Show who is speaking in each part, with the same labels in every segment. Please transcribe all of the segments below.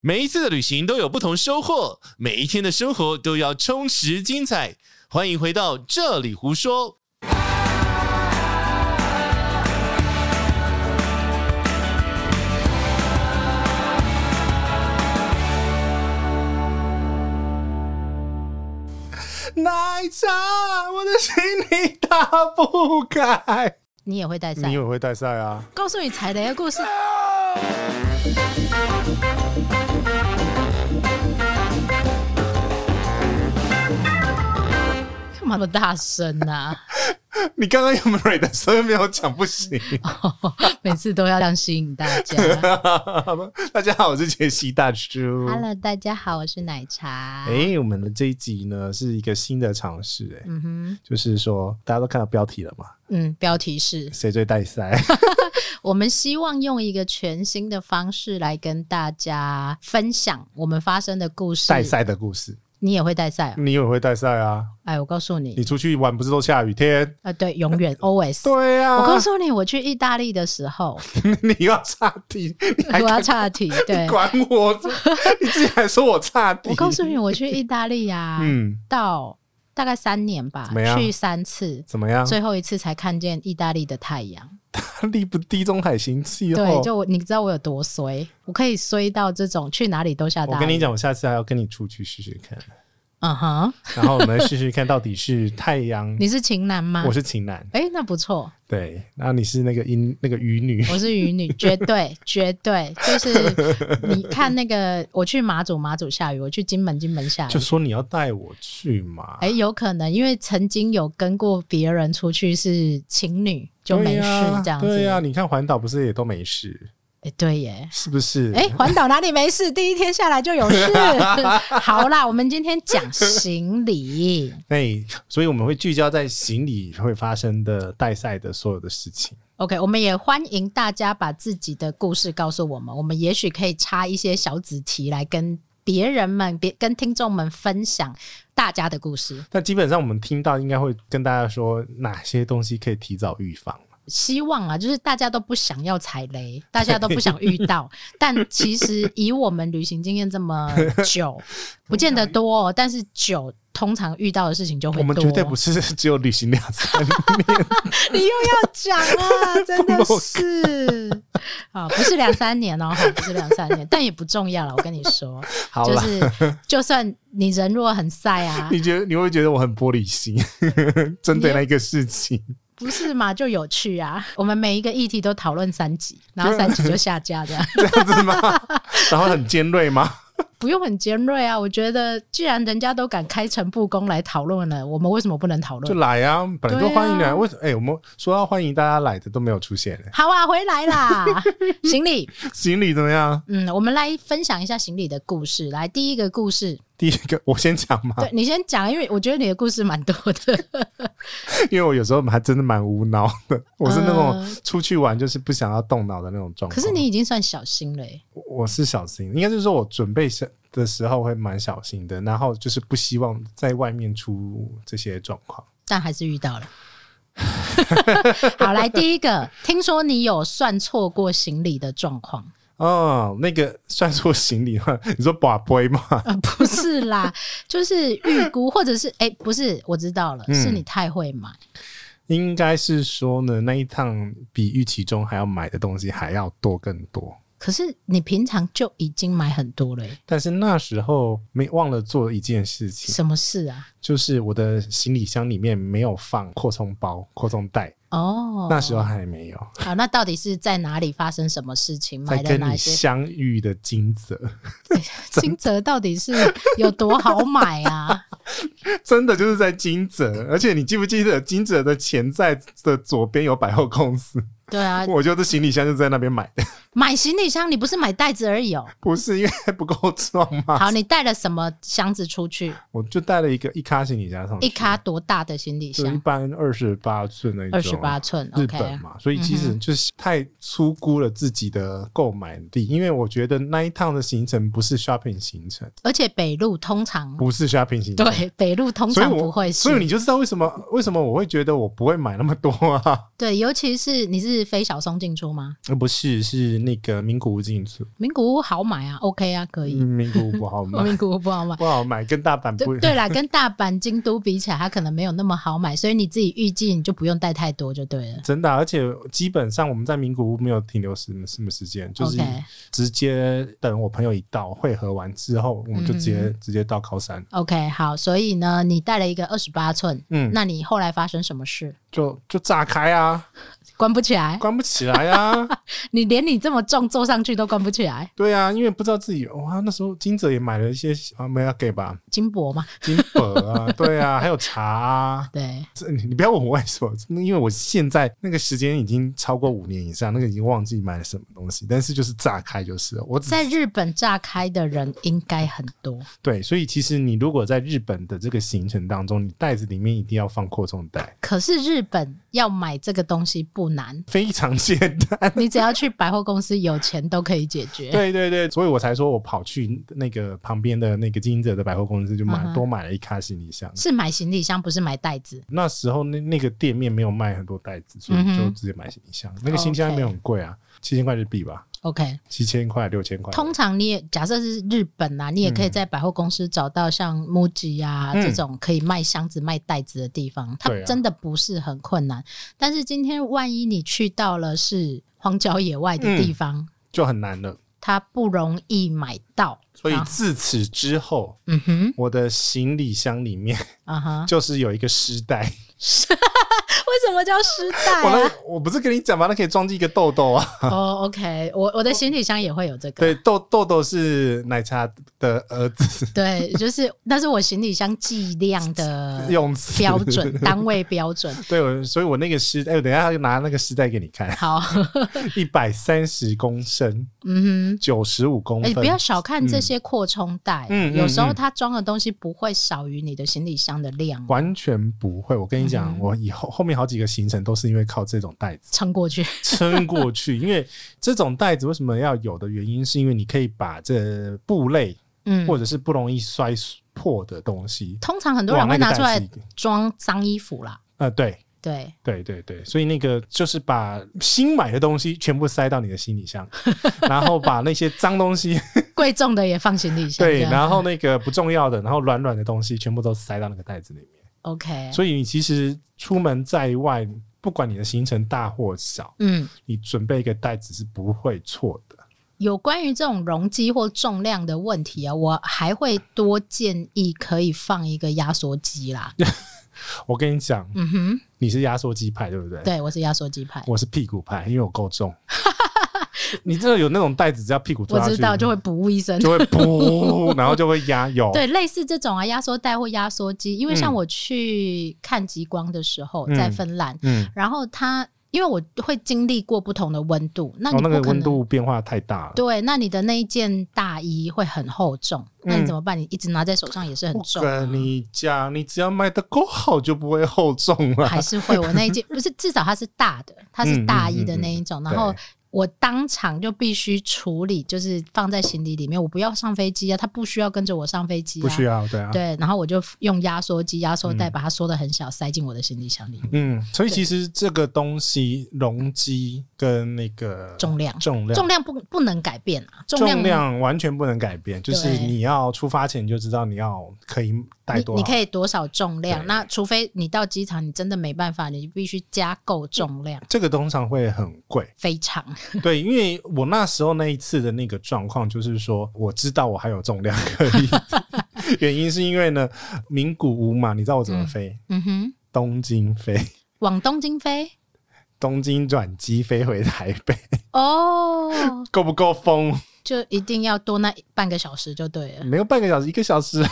Speaker 1: 每一次的旅行都有不同收获，每一天的生活都要充实精彩。欢迎回到这里胡说。
Speaker 2: 奶茶，我的心里打不开。
Speaker 3: 你也会带伞
Speaker 2: 你以？为会带赛啊？
Speaker 3: 告诉你踩雷的故事。干嘛那么大声啊呐、
Speaker 2: 你刚刚有没有蕊的时候没有讲不行？
Speaker 3: 每次都要这样吸引大家。
Speaker 2: 大家好，我是杰西大叔。
Speaker 3: Hello，大家好，我是奶茶。
Speaker 2: 哎、我们的这一集呢是一个新的尝试、哎、
Speaker 3: 嗯哼，
Speaker 2: 就是说大家都看到标题了嘛，
Speaker 3: 嗯，标题 是
Speaker 2: 谁最带赛？
Speaker 3: 我们希望用一个全新的方式来跟大家分享我们发生的故事。
Speaker 2: 带赛的故事。
Speaker 3: 你也会带赛、哦？
Speaker 2: 你以为会带赛啊？
Speaker 3: 哎，我告诉
Speaker 2: 你
Speaker 3: 你，
Speaker 2: 出去玩不是都下雨天？
Speaker 3: 啊，对，永远 always。
Speaker 2: 对呀、
Speaker 3: 我告诉你，我去意大利的时候，
Speaker 2: 你又要岔题，你
Speaker 3: 我
Speaker 2: 还
Speaker 3: 要
Speaker 2: 敢
Speaker 3: 岔 题，对
Speaker 2: 你，管我？ 你自己还说我岔题？
Speaker 3: 我告诉你，啊我去意大利呀、
Speaker 2: 嗯，
Speaker 3: 到大概三年吧
Speaker 2: 怎么，样
Speaker 3: 去三次，
Speaker 2: 怎么样？
Speaker 3: 最后一次才看见意大利的太阳。
Speaker 2: 力不地中海型气哦候。
Speaker 3: 对，就我你知道我有多衰，我可以衰到这种去哪里都下大雨。
Speaker 2: 我跟你，讲，我下次还要跟你出去试试看，
Speaker 3: 嗯哼，。
Speaker 2: 然后我们试试看到底是太阳
Speaker 3: 你是情男吗？
Speaker 2: 我是晴男，
Speaker 3: 哎、那不错，
Speaker 2: 对，然后你是那个阴那个鱼 女，
Speaker 3: 我是渔女，绝 对绝对，就是你看那个，我去马祖马祖下雨，我去金门金门下雨
Speaker 2: 就，说你要带我去嘛。
Speaker 3: 哎、有可能，因为曾经有跟过别人出去是情侣，就
Speaker 2: 对
Speaker 3: 没
Speaker 2: 呀
Speaker 3: 事这样子。
Speaker 2: 对呀、你看环岛不是也都没事，
Speaker 3: 哎对耶。
Speaker 2: 是不是？
Speaker 3: 哎、环岛哪里没事？第一天下来就有事。 好啦，我们今天讲行李。
Speaker 2: 哎，所以我们会聚焦在行李会发生的带赛的所有的事情。
Speaker 3: OK，我们也欢迎大家把自己的故事告诉我们，我们也许可以插一些小子题来跟别人们、别跟听众们分享大家的故事。
Speaker 2: 但基本上我们听到应该会跟大家说哪些东西可以提早预防。
Speaker 3: 希望啊，就是大家都不想要踩雷，大家都不想遇到。但其实以我们旅行经验这么 久，不见得多、哦，但是久通常遇到的事情就会
Speaker 2: 我们
Speaker 3: 多。
Speaker 2: 绝对不是只有旅行 两三年，
Speaker 3: 你又要 讲啊，真的是啊，不是两三年哦，不是两三年，但也不重要了。我跟你说，
Speaker 2: 好
Speaker 3: 就
Speaker 2: 了。
Speaker 3: 是就算你人若很晒啊，
Speaker 2: 你觉得你会觉得我很玻璃心， 针对那个事 情，
Speaker 3: 不是嘛，就有趣啊。我们每一个议题都讨论三集，然
Speaker 2: 啊
Speaker 3: 后三集就下架这样。
Speaker 2: 这样子吗？ 然后很尖锐吗？
Speaker 3: 不用很尖锐啊。我觉得既然人家都敢开诚布公来讨论了，我们为什么不能讨
Speaker 2: 就
Speaker 3: 论？
Speaker 2: 来啊，本来就欢迎
Speaker 3: 对
Speaker 2: 来。
Speaker 3: 啊
Speaker 2: 为什哎、我们说要欢迎大家来的都没有出现、欸，
Speaker 3: 好啊，回来 啦，行李。
Speaker 2: 行李怎么样？
Speaker 3: 嗯，我们来分享一下行李的故事。来，第一个故事，
Speaker 2: 第一个我先讲嘛，
Speaker 3: 对你先讲，因为我觉得你的故事蛮多 的。
Speaker 2: 因为我有时候还真的蛮无脑的， 我是那种
Speaker 3: 嗯
Speaker 2: 出去玩就是不想要动脑的那种状况。
Speaker 3: 可是你已经算小心了、欸，
Speaker 2: 我，我是小心，应该是说我准备是的时候会蛮小心的，然后就是不希望在外面出这些状况。
Speaker 3: 但还是 遇到了。好，来第一个，听说你有算错过行李的 状况？
Speaker 2: 哦，那个算错行李吗？你说把杯吗？
Speaker 3: 呃，不是啦，就是预估，或者是哎、不是，我知道了，
Speaker 2: 嗯
Speaker 3: 是你太会买。
Speaker 2: 应该是说呢，那一趟比预期中还要买的东西还要多更多。
Speaker 3: 可是你平常就已经买很多了耶、
Speaker 2: 但是那时候没忘了做一件事情，
Speaker 3: 什么事啊？
Speaker 2: 就是我的行李箱里面没有放扩充包、扩充袋，
Speaker 3: 哦，
Speaker 2: 那时候还没有。
Speaker 3: 好，那到底是在哪里发生什么事情？
Speaker 2: 在
Speaker 3: 买了
Speaker 2: 跟
Speaker 3: 哪
Speaker 2: 你
Speaker 3: 些？
Speaker 2: 相遇的金泽，
Speaker 3: 金泽到底是有多好买 啊？
Speaker 2: 真的就是在金泽，而且你记不记得金泽的前在的左边有百货公司，
Speaker 3: 对啊，
Speaker 2: 我就是行李箱就在那边买的，
Speaker 3: 买行李箱你不是买袋子而已哦。
Speaker 2: 不是因为还不够重吗？
Speaker 3: 好，你带了什么箱子出去？
Speaker 2: 我就带了一个一咖行李箱上去，
Speaker 3: 一卡多大的行李
Speaker 2: 就一
Speaker 3: 箱？
Speaker 2: 般二十八寸那一种，啊
Speaker 3: 二十八寸
Speaker 2: 日
Speaker 3: ，OK 嗯
Speaker 2: 本。嘛，所以其实就是太粗估了自己的购买力，因为我觉得那一趟的行程不是 shopping 行程，
Speaker 3: 而且北路通常
Speaker 2: 不是 shopping 行程，，
Speaker 3: 对北路通
Speaker 2: 所以
Speaker 3: 常
Speaker 2: 我
Speaker 3: 不会
Speaker 2: 所以
Speaker 3: 是，
Speaker 2: 你就知道为什么为什么我会觉得我不会买那么多啊，
Speaker 3: 对，尤其是你是是非小松进出吗？
Speaker 2: 呃不是，是那个名古屋进出，
Speaker 3: 名古屋好买啊，OK 啊，可以。
Speaker 2: 嗯名古屋不好 买，
Speaker 3: 名古屋不好买。
Speaker 2: 不好买，跟大阪不
Speaker 3: 对对啦，跟大阪、京都比起来，它可能没有那么好买，所以你自己预计你就不用带太多就对了。
Speaker 2: 真的啊、而且基本上我们在名古屋没有停留什么什么时间，就是
Speaker 3: OK
Speaker 2: 直接等我朋友一到汇合完之后，我们就直接、
Speaker 3: 嗯
Speaker 2: 直接到高山。
Speaker 3: OK，好，所以呢，你带了一个二十八寸，
Speaker 2: 嗯，
Speaker 3: 那你后来发生什么事？
Speaker 2: 就就炸开啊，
Speaker 3: 关不起来，
Speaker 2: 关不起来啊，
Speaker 3: 你连你这么重坐上去都关不起来，
Speaker 2: 对啊，因为不知道自己哇，那时候金泽也买了一些啊，没有给吧，
Speaker 3: 金箔嘛，
Speaker 2: 金箔啊， 对啊，还有茶啊，
Speaker 3: 对，
Speaker 2: 这你你不要问我为什么，因为我现在那个时间已经超过五年以上，那个已经忘记买了什么东西，但是就是炸开就是了，我只
Speaker 3: 在日本炸开的人应该很多，
Speaker 2: 对，所以其实你如果在日本的这个行程当中，你袋子里面一定要放扩充袋，，
Speaker 3: 可是日本要买这个东西不难
Speaker 2: 非常简 单。
Speaker 3: 你只要去百货公司有钱都可以解决。
Speaker 2: 对对对，所以我才说我跑去那个旁边的那个经营者的百货公司，就买、
Speaker 3: 嗯哼
Speaker 2: 多买了一卡行李箱。
Speaker 3: 是买行李箱，不是买袋子。
Speaker 2: 那时候那那个店面没有卖很多袋子，所以
Speaker 3: 嗯
Speaker 2: 就
Speaker 3: 哼
Speaker 2: 直接买行李箱。那个行李箱
Speaker 3: OK
Speaker 2: 没有很贵啊，七千块日币吧，
Speaker 3: OK，
Speaker 2: 七千块六千块。
Speaker 3: 通常你也假设是日本啊，你也可以在百货公司找到像 MUJI 啊、
Speaker 2: 嗯
Speaker 3: 这种可以卖箱子、卖袋子的地方，它
Speaker 2: 对啊
Speaker 3: 真的不是很困难。但是今天万一你去到了是荒郊野外的地方，
Speaker 2: 就很难了。
Speaker 3: 它不容易买到。
Speaker 2: 所以
Speaker 3: 啊
Speaker 2: 自此之后，
Speaker 3: 嗯哼，
Speaker 2: 我的行李箱里面
Speaker 3: 啊哈，
Speaker 2: 就是有一个湿袋。
Speaker 3: 为什么叫湿袋
Speaker 2: 我
Speaker 3: 啊？
Speaker 2: 那我不是跟你讲吗？那可以装进一个豆豆 啊。
Speaker 3: 哦、o k 我我的行李箱也会有这个。
Speaker 2: 对，豆豆豆是奶茶的儿子
Speaker 3: 对，就是那是我行李箱计量 的
Speaker 2: 用词
Speaker 3: 呃标准，单位标准。
Speaker 2: 对，我所以我那个丝，哎、等一下就拿那个丝带给你 看，
Speaker 3: 好，
Speaker 2: 一百三十公升，
Speaker 3: 嗯哼。
Speaker 2: 九十五公
Speaker 3: 哎、
Speaker 2: 分，嗯
Speaker 3: 不要小看这些扩充袋，
Speaker 2: 嗯嗯嗯
Speaker 3: 有时候它装的东西不会少于你的行李箱的量，
Speaker 2: 完全不会。我跟你
Speaker 3: 嗯
Speaker 2: 讲，我以后后面好几个行程都是因为靠这种袋 子
Speaker 3: 撑过去。
Speaker 2: 撑过去。因为这种袋子为什么要有的原因，是因为你可以把这布类
Speaker 3: 嗯，
Speaker 2: 或者是不容易摔破的东西，
Speaker 3: 通常很多人
Speaker 2: 往那
Speaker 3: 会
Speaker 2: 个
Speaker 3: 拿出
Speaker 2: 袋
Speaker 3: 来
Speaker 2: 子里
Speaker 3: 装脏衣服啦，
Speaker 2: 呃，对。
Speaker 3: 对，
Speaker 2: 对对对，所以那个就是把新买的东西全部塞到你的行李 箱，然后把那些脏东西
Speaker 3: 贵重的也放行李箱。
Speaker 2: 对，
Speaker 3: 这样
Speaker 2: 然后那个不重要的，然后软软的东西全部都塞到那个袋子里面。
Speaker 3: OK，
Speaker 2: 所以你其实出门在外，不管你的行程大或小，
Speaker 3: 嗯，
Speaker 2: 你准备一个袋子是不会错的。
Speaker 3: 有关于这种容积或重量的问题啊，我还会多建议可以放一个压缩机 啦。
Speaker 2: 我跟你讲，
Speaker 3: 嗯哼，
Speaker 2: 你是压缩机派，对不对？，
Speaker 3: 对我是压缩机派，
Speaker 2: 我是屁股派，因为我够重。 你知道有那种袋子，只要屁股
Speaker 3: 我
Speaker 2: 抓下去，
Speaker 3: 知道就会不一声。
Speaker 2: 就会噗， 然后就会压有。
Speaker 3: 对，类似这种啊，压缩袋或压缩机，因为像
Speaker 2: 哦嗯
Speaker 3: 我去看极光的时候，
Speaker 2: 嗯
Speaker 3: 在芬兰，
Speaker 2: 嗯，
Speaker 3: 然后它因为我会经历过不同的温度，那
Speaker 2: 然
Speaker 3: 你
Speaker 2: 后
Speaker 3: 不
Speaker 2: 哦那
Speaker 3: 可能、
Speaker 2: 个温度啊变化太大了，
Speaker 3: 对，那你的那一件大衣会很厚重，那你
Speaker 2: 嗯
Speaker 3: 怎么办？你一直拿在手上也是很
Speaker 2: 不
Speaker 3: 重、啊
Speaker 2: 跟。你讲，你只要卖的够好，就不会厚重了。
Speaker 3: 还是会，我那一件 不是，至少它是大的，它是大衣的那一种。
Speaker 2: 嗯嗯嗯
Speaker 3: 然后我当场就必须处理，就是放在行李里面，我不要上飞机啊，它不需要跟着我上飞机 啊，
Speaker 2: 不需要，对啊，
Speaker 3: 对，然后我就用压缩机、压缩袋
Speaker 2: 嗯
Speaker 3: 把它缩的很小，塞进我的行李箱里面。
Speaker 2: 嗯，所以
Speaker 3: 对
Speaker 2: 其实这个东西容积跟那个
Speaker 3: 重量，
Speaker 2: 重量
Speaker 3: 重量不不能改变啊，重
Speaker 2: 重
Speaker 3: 量
Speaker 2: 量完全不能改变，就是你要出发前就知道你要可以带
Speaker 3: 你
Speaker 2: 多
Speaker 3: 你
Speaker 2: 少，
Speaker 3: 可以多少重量？
Speaker 2: 对
Speaker 3: 那除非你到机场，你真的没办法，你必须加购重量，。
Speaker 2: 这个通常会很贵
Speaker 3: 非常
Speaker 2: 对，因为我那时候那一次的那个状况就是说，我知道我还有重量可以， 原因是因为呢，名古屋嘛，你知道我怎么飞？
Speaker 3: 嗯哼，
Speaker 2: 东京飞，
Speaker 3: 往东京飞
Speaker 2: 东京转机飞回台北，
Speaker 3: 哦，
Speaker 2: 够不够疯？
Speaker 3: 就一定要多那半个小时就对了。
Speaker 2: 没有半个小时，一个小 时，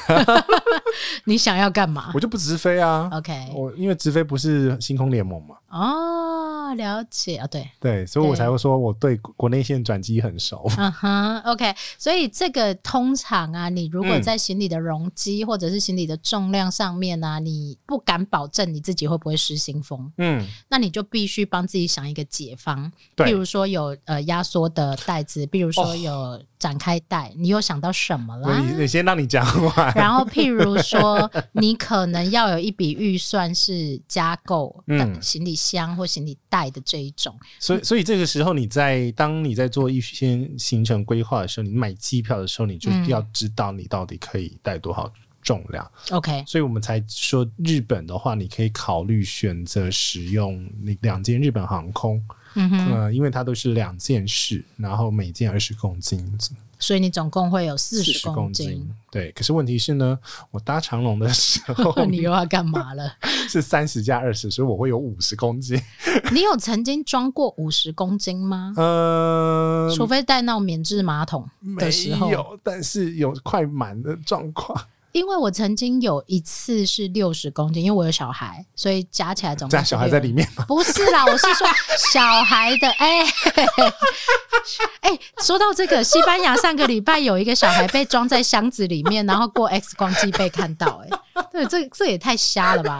Speaker 3: 你想要干嘛
Speaker 2: 我就不直飞啊。
Speaker 3: ？OK，
Speaker 2: 我因为直飞不是星空联盟嘛，
Speaker 3: 哦，了解啊，对，
Speaker 2: 对，所以我
Speaker 3: 对
Speaker 2: 才会说我对国国内线转机很熟。
Speaker 3: 嗯哼，OK，所以这个通常啊，你如果
Speaker 2: 嗯
Speaker 3: 在行李的容积或者是行李的重量上面呢、啊，你不敢保证你自己会不会失心疯，
Speaker 2: 嗯，
Speaker 3: 那你就必须帮自己想一个解方，
Speaker 2: 对
Speaker 3: 比如说有呃压缩的袋子，比如说有展开袋，你有想到什么
Speaker 2: 所
Speaker 3: 啦？
Speaker 2: 以你先让你讲完。
Speaker 3: 然后，譬如说，你可能要有一笔预算是加购
Speaker 2: 嗯
Speaker 3: 行李箱或行李袋，带的这一种。
Speaker 2: 所以，所以这个时候你在当你在做一些行程规划的时候，你买机票的时候，你就
Speaker 3: 嗯
Speaker 2: 要知道你到底可以带多少重量。
Speaker 3: OK，
Speaker 2: 所以我们才说日本的话，你可以考虑选择使用那两间日本航空，
Speaker 3: 嗯哼，
Speaker 2: 呃，因为它都是两件事，然后每件二十公斤，
Speaker 3: 所以你总共会有四十
Speaker 2: 40公
Speaker 3: 斤。。
Speaker 2: 对，可是问题是呢，我搭长龙的时 候
Speaker 3: 你又要干嘛了？
Speaker 2: 是三十加二十，所以我会有五十公斤。
Speaker 3: 你有曾经装过五十公斤吗？
Speaker 2: 呃，
Speaker 3: 除非带到免治马桶
Speaker 2: 没
Speaker 3: 的时候，哦
Speaker 2: 有，但是有快满的状况，
Speaker 3: 因为我曾经有一次是六十公斤，因为我有小孩，所以加起来总共
Speaker 2: 加小孩在
Speaker 3: 是
Speaker 2: 里面
Speaker 3: 60。不是啦，我是说小孩的。哎、哎、说到这个，西班牙上个礼拜有一个小孩被装在箱子里面，然后过 X 光机被看到、哎，对，这这也太瞎了吧？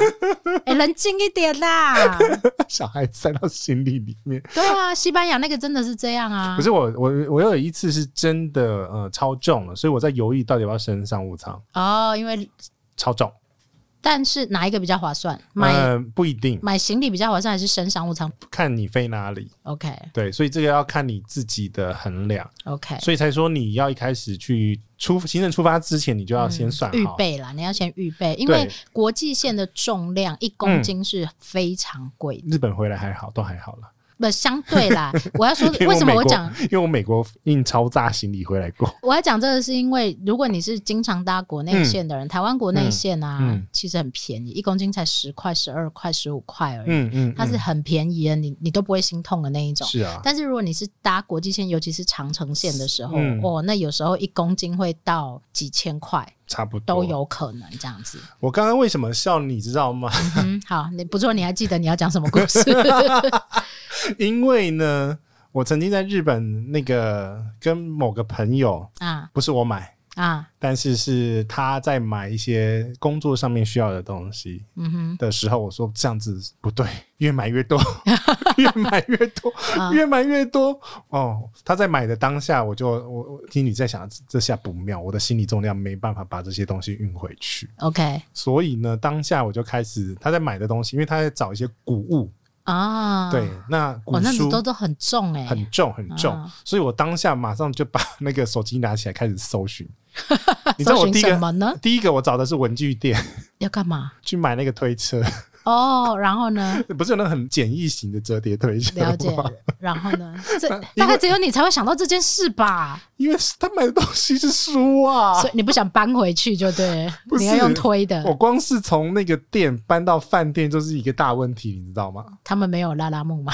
Speaker 3: 哎、冷静一点啦。
Speaker 2: 小孩塞到行李里面。
Speaker 3: 对啊，西班牙那个真的是这样啊。
Speaker 2: 可是我我我有一次是真的呃超重了，所以我在犹豫到底要不要升商务舱，
Speaker 3: 哦，因为
Speaker 2: 超重。
Speaker 3: 但是哪一个比较划算？买、
Speaker 2: 呃、不一定
Speaker 3: 买行李比较划算，还是升商务舱
Speaker 2: 看你飞哪里，
Speaker 3: ？OK
Speaker 2: 对，所以这个要看你自己的衡量，
Speaker 3: OK，
Speaker 2: 所以才说你要一开始去出行程出发之前，你就要先算
Speaker 3: 预
Speaker 2: 好。
Speaker 3: 备啦，你要先预备，因
Speaker 2: 对
Speaker 3: 为国际线的重量一公斤是非常贵的，
Speaker 2: 日本回来还好，都还好了。
Speaker 3: 不相对啦。我要说
Speaker 2: 因
Speaker 3: 为
Speaker 2: 我
Speaker 3: 什
Speaker 2: 美
Speaker 3: 么
Speaker 2: 国
Speaker 3: 我讲，
Speaker 2: 因为我美国印超大行李回来过，
Speaker 3: 我要讲这个是因为，如果你是经常搭国内线的人，台湾国内线啊，
Speaker 2: 嗯嗯嗯
Speaker 3: 其实很便宜，一公斤才十块、十二块、十五块而已，
Speaker 2: 嗯嗯，
Speaker 3: 它是
Speaker 2: 嗯
Speaker 3: 很便宜的，你你都不会心痛的那一种。
Speaker 2: 是啊，
Speaker 3: 但是如果你是搭国际线，尤其是长城线的时候，
Speaker 2: 嗯
Speaker 3: 哦，那有时候一公斤会到几千块
Speaker 2: 差不多
Speaker 3: 都。有可能这样子。
Speaker 2: 我刚刚为什么笑，你知道吗？
Speaker 3: 嗯，好，你不错，你还记得你要讲什么故事？
Speaker 2: 因为呢，我曾经在日本那个跟某个朋友，
Speaker 3: 啊
Speaker 2: 不是我买，
Speaker 3: 啊，
Speaker 2: 但是是他在买一些工作上面需要的东西
Speaker 3: 嗯
Speaker 2: 的时候，我说这样子不对，越买越多， 越买越多，
Speaker 3: 啊
Speaker 2: 越买越多。哦，他在买的当下，我就我我心里在想，这下不妙，我的心理重量没办法把这些东西运回去。
Speaker 3: 哼，OK
Speaker 2: 所以呢，当下我就开始他在买的东西，因为他在找一些古物，
Speaker 3: 啊，
Speaker 2: 对，那古
Speaker 3: 哇，那
Speaker 2: 书
Speaker 3: 都都很重哎、
Speaker 2: 很重很重，
Speaker 3: 啊
Speaker 2: 所以我当下马上就把 那个手机拿起来开始搜 寻。你知道
Speaker 3: 搜
Speaker 2: 我
Speaker 3: 寻
Speaker 2: 第一
Speaker 3: 什
Speaker 2: 个
Speaker 3: 么呢？
Speaker 2: 第一个我找的是文具店
Speaker 3: 要干嘛？
Speaker 2: 去买那个推车，
Speaker 3: 哦，然后呢？
Speaker 2: 不是有那个很简易型的折叠推车吗？
Speaker 3: 了解，然后呢？这
Speaker 2: 因为
Speaker 3: 大概只有你才会想到这件事吧，
Speaker 2: 因为他买的东西是书 啊
Speaker 3: 所，以你不想搬回去就对，
Speaker 2: 不是哦
Speaker 3: 你要用推
Speaker 2: 我
Speaker 3: 的。
Speaker 2: 光是从那个店搬到饭店就是一个大问题，你知道吗？
Speaker 3: 他们没有拉拉木吗？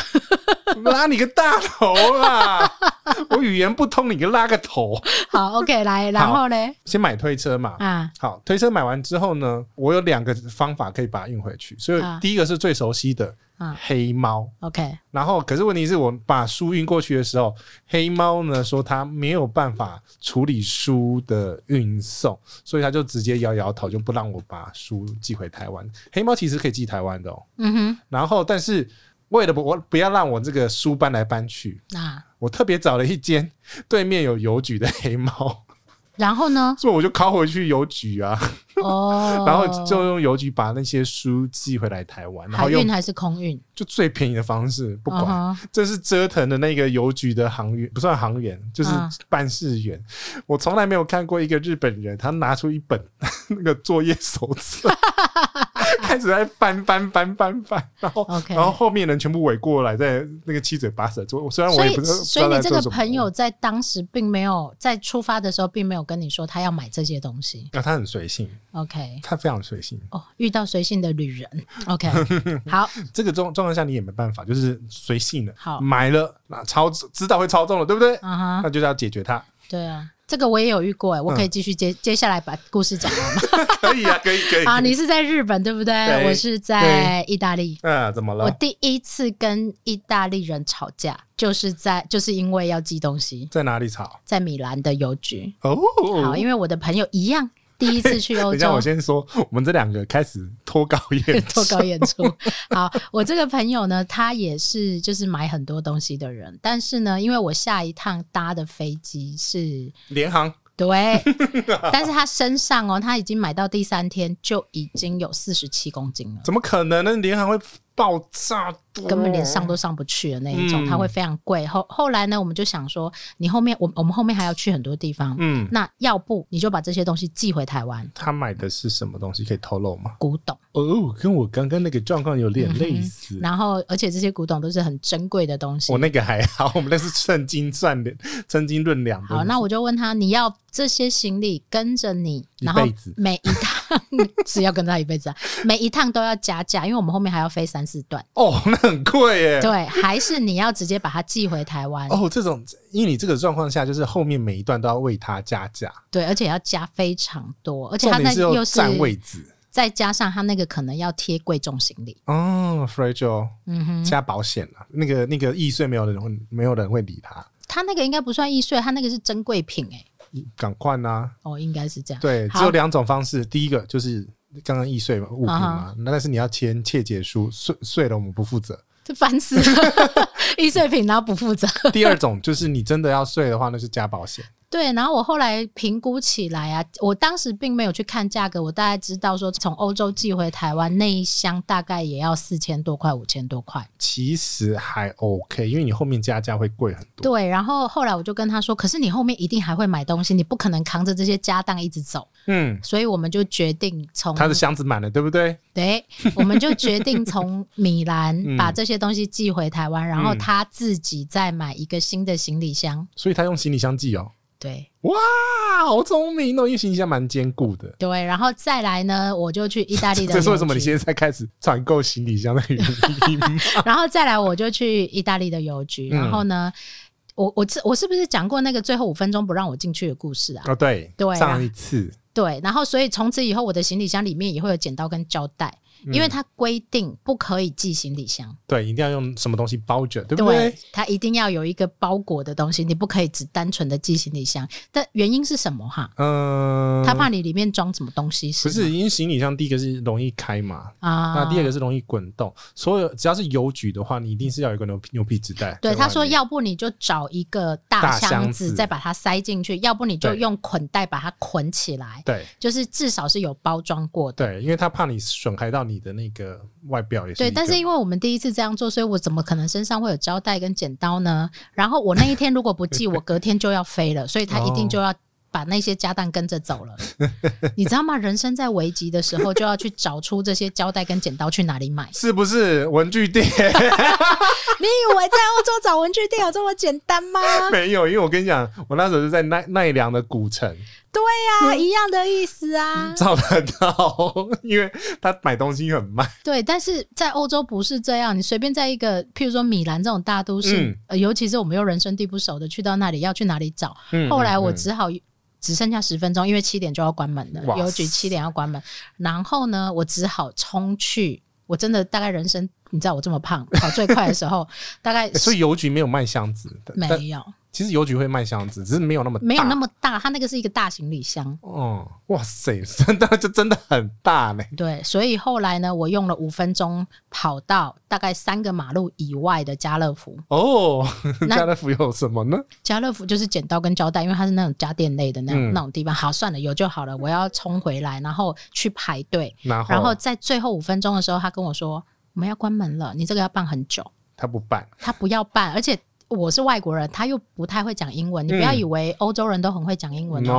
Speaker 2: 拉你个大头啦！ 我语言不通，你给拉个头。
Speaker 3: 好，OK，来，然后嘞，
Speaker 2: 先买推车嘛，
Speaker 3: 啊，
Speaker 2: 好，推车买完之后呢，我有两个方法可以把它运回去。所以
Speaker 3: 啊
Speaker 2: 第一个是最熟悉的、
Speaker 3: 啊
Speaker 2: 黑猫，
Speaker 3: OK，
Speaker 2: 然后可是问题是我把书运过去的时候，黑猫呢说它没有办法处理书的运送，所以它就直接摇摇头，就不让我把书寄回台湾。黑猫其实可以寄台湾的哦，
Speaker 3: 嗯
Speaker 2: 然后但是为了不我不要让我这个书搬来搬去，
Speaker 3: 哼，啊，
Speaker 2: 我特别找了一间对面有邮局的黑猫，
Speaker 3: 然 后呢？
Speaker 2: 所以我就拷回去邮局啊。
Speaker 3: 哦，
Speaker 2: 然后就用邮局把那些书寄回来台湾，然
Speaker 3: 海
Speaker 2: 后用
Speaker 3: 运还是空运？
Speaker 2: 就最便宜的方式，不管。
Speaker 3: 嗯哼
Speaker 2: 这是折腾的那个邮局的行员，不算行员，就是
Speaker 3: 嗯
Speaker 2: 办事员。我从来没有看过一个日本人，他拿出一本 那个作业手 册，开始在翻翻翻翻翻，然后
Speaker 3: OK
Speaker 2: 然后后面人全部围过来，在那个七嘴八舌做。虽然我
Speaker 3: 所
Speaker 2: 也
Speaker 3: 以
Speaker 2: 不，知道，
Speaker 3: 所以你
Speaker 2: 不
Speaker 3: 这
Speaker 2: 知道在
Speaker 3: 个
Speaker 2: 做什么
Speaker 3: 朋友，在当时并没有在出发的时候，并没有跟你说他要买这些东西。
Speaker 2: 啊，他很随性，
Speaker 3: OK，
Speaker 2: 他非常随性。
Speaker 3: 哦，遇到随性的旅人。OK，好，
Speaker 2: 这个状状况下你也没办法，就是随性的，
Speaker 3: 好
Speaker 2: 买了，那超知道会超重了，对不对？
Speaker 3: 啊哈，
Speaker 2: 那就是要解决它，
Speaker 3: 对啊，这个我也有遇过，哎，我可
Speaker 2: 嗯
Speaker 3: 以继续接接下来把故事 讲完吗？
Speaker 2: 可以啊，可以 可以。
Speaker 3: 啊，你是在日本对不对？
Speaker 2: 对
Speaker 3: 我是在意大利。
Speaker 2: 嗯，怎么
Speaker 3: 我
Speaker 2: 了？
Speaker 3: 第一次跟意大利人吵架，就是在就是因为要寄东西，
Speaker 2: 在哪里吵？
Speaker 3: 在米兰的邮局。
Speaker 2: 哦，
Speaker 3: 好，因为我的朋友一样，第一次去欧
Speaker 2: 等一下，
Speaker 3: 洲
Speaker 2: 我，先说，我们这两个开始脱稿演出
Speaker 3: 脱稿演出。好，我这个朋友呢，他也是就是买很多东西的人，但是呢，因为我下一趟搭的飞机是
Speaker 2: 联航
Speaker 3: 对，但是他身上哦，他已经买到第三天就已经有四十七公斤了。
Speaker 2: 怎么可能呢？联航会爆炸
Speaker 3: 根本连上都上不去的那一种，
Speaker 2: 哦嗯
Speaker 3: 它会非常贵。后后来呢，我们就想说，你后面我我们后面还要去很多地方，
Speaker 2: 嗯，
Speaker 3: 那要不你就把这些东西寄回台湾，
Speaker 2: 他买的是什么东西？可以透露吗？
Speaker 3: 古董，
Speaker 2: 哦，跟我刚刚那个状况有点类似。
Speaker 3: 然后而且这些古董都是很珍贵的东西
Speaker 2: 我。那个还好，我们那是称斤算两，称斤论两的。
Speaker 3: 好，那我就问他，你要这些行李跟着你，
Speaker 2: 一
Speaker 3: 然后
Speaker 2: 辈子
Speaker 3: 每一趟 是要跟他一辈 子、啊，每一趟都要加价，因为我们后面还要飞三四段。
Speaker 2: 哦，那很贵耶。
Speaker 3: 对，还是你要直接把它寄回台湾？
Speaker 2: 哦，这种因为你这个状况下，就是后面每一段都要为他加价，
Speaker 3: 对，而且要加非常多，而且
Speaker 2: 重
Speaker 3: 他
Speaker 2: 点
Speaker 3: 那
Speaker 2: 是
Speaker 3: 又
Speaker 2: 要
Speaker 3: 是
Speaker 2: 占位置
Speaker 3: 再加上他那个可能要贴贵重行李，
Speaker 2: 哦 f r a g i l
Speaker 3: 嗯哼，
Speaker 2: 加保险了、那个那个易碎没有人会，没有人会理他，
Speaker 3: 他那个应该不算易碎，他那个是珍贵品哎、
Speaker 2: 赶快呐、
Speaker 3: 哦，应该是这样。
Speaker 2: 对，
Speaker 3: 好
Speaker 2: 只有两种方式，第一个就是刚刚易碎物品
Speaker 3: 啊
Speaker 2: 嘛，那、但是你要签切结书，碎碎了我们不负责。
Speaker 3: 这烦死了， 易碎品然后不负责。
Speaker 2: 第二种就是你真的要碎的话，那是加保险。
Speaker 3: 对，然后我后来评估起来啊，我当时并没有去看价格，我大概知道说从欧洲寄回台湾那一箱大概也要四千多块、五千多块。
Speaker 2: 其实还 OK，因为你后面加价会贵很多。
Speaker 3: 对，然后后来我就跟他说，可是你后面一定还会买东西，你不可能扛着这些家当一直走，
Speaker 2: 嗯，
Speaker 3: 所以我们就决定从
Speaker 2: 他的箱子满了，对不对？
Speaker 3: 对，我们就决定从米兰
Speaker 2: 嗯
Speaker 3: 把这些东西寄回台湾，然后
Speaker 2: 嗯
Speaker 3: 他自己再买一个新的行李箱。
Speaker 2: 所以他用行李箱寄哦。
Speaker 3: 对
Speaker 2: 哇，好聪明哦！因为行李箱蛮坚固的。
Speaker 3: 对，然后再来呢，我就去意大利的
Speaker 2: 这是为什么你
Speaker 3: 邮局
Speaker 2: 现在开始团购行李箱的原因 吗？
Speaker 3: 然后再来，我就去意大利的邮局，
Speaker 2: 嗯
Speaker 3: 然后呢，我我是我是不是讲过那个最后五分钟不让我进去的故事啊？
Speaker 2: 哦，对，
Speaker 3: 对啊
Speaker 2: 上一次
Speaker 3: 对，然后所以从此以后，我的行李箱里面也会有剪刀跟胶带，
Speaker 2: 嗯
Speaker 3: 因为它规定不可以寄行李箱，
Speaker 2: 对，一定要用什么东西包着，对不对？
Speaker 3: 它一定要有一个包裹的东西，你不可以只单纯的寄行李箱。但原因是什么哈？
Speaker 2: 嗯，
Speaker 3: 他怕你里面装什么东西
Speaker 2: 不
Speaker 3: 是吗？
Speaker 2: 是，因为行李箱第一个是容易开嘛，
Speaker 3: 啊？
Speaker 2: 那第二个是容易滚动。所有只要是邮局的话，你一定是要有一个牛皮牛皮纸袋在外
Speaker 3: 对，
Speaker 2: 面。
Speaker 3: 他说，要不你就找一个大
Speaker 2: 啊大
Speaker 3: 箱
Speaker 2: 箱
Speaker 3: 子
Speaker 2: 子
Speaker 3: 再把它塞进去，要不你就
Speaker 2: 对
Speaker 3: 用捆带把它捆起来，
Speaker 2: 对
Speaker 3: 就是至少是有包装过的。
Speaker 2: 对，因为他怕你损害到你的那个外表也是一
Speaker 3: 对，
Speaker 2: 个。
Speaker 3: 但是因为我们第一次这样做，所以我怎么可能身上会有胶带跟剪刀呢？然后我那一天如果不寄，我隔天就要飞 了，所以他一定就要把那些家当跟着走了。你知道吗？人生在危急的时候，就要去找出这些胶带跟剪刀去哪里 买。
Speaker 2: 是不是文具 店
Speaker 3: 你以为在欧洲找文具店有这么简单吗？
Speaker 2: 没有？因为我跟你讲，我那时候是在奈奈良的古城
Speaker 3: 对呀、一样的意思 啊。
Speaker 2: 找得到，因为他买东西很慢。
Speaker 3: 对，但是在欧洲不是这样，你随便在一个譬如说米兰这种大都市，
Speaker 2: 嗯
Speaker 3: 呃，尤其是我们又人生地不熟的，去到那里要去哪里找？
Speaker 2: 嗯
Speaker 3: 后来我
Speaker 2: 嗯
Speaker 3: 只好。只剩下十分钟，因为七点就要关门了，
Speaker 2: 哇
Speaker 3: 邮局七点要关门。然后呢，我只好冲去，我真的大概人生，你知道我这么胖，跑最快的时 候，大概
Speaker 2: 欸所以邮局没有卖箱子，但但
Speaker 3: 没有
Speaker 2: 其实邮局会卖箱子，只是没有那么大
Speaker 3: 没有那么大，它那个是一个大行李箱。
Speaker 2: 哦，哇塞，真的就真的很大嘞。
Speaker 3: 对，所以后来呢，我用了五分钟跑到大概三个马路以外的家乐福，
Speaker 2: 哦，
Speaker 3: 那
Speaker 2: 家乐福有什么呢？
Speaker 3: 家乐福就是剪刀跟胶带，因为它是那种家电类的那种、
Speaker 2: 嗯
Speaker 3: 那种地方。好，算了，有就好了。我要冲回来，然后去排队，
Speaker 2: 然后
Speaker 3: 然后在最后五分钟的时候，他跟我说我们要关门了，你这个要办很久。
Speaker 2: 他不办，
Speaker 3: 他不要办，而且我是外国人，他又不太会讲英文。你不要以为欧洲人都很会讲英文哦。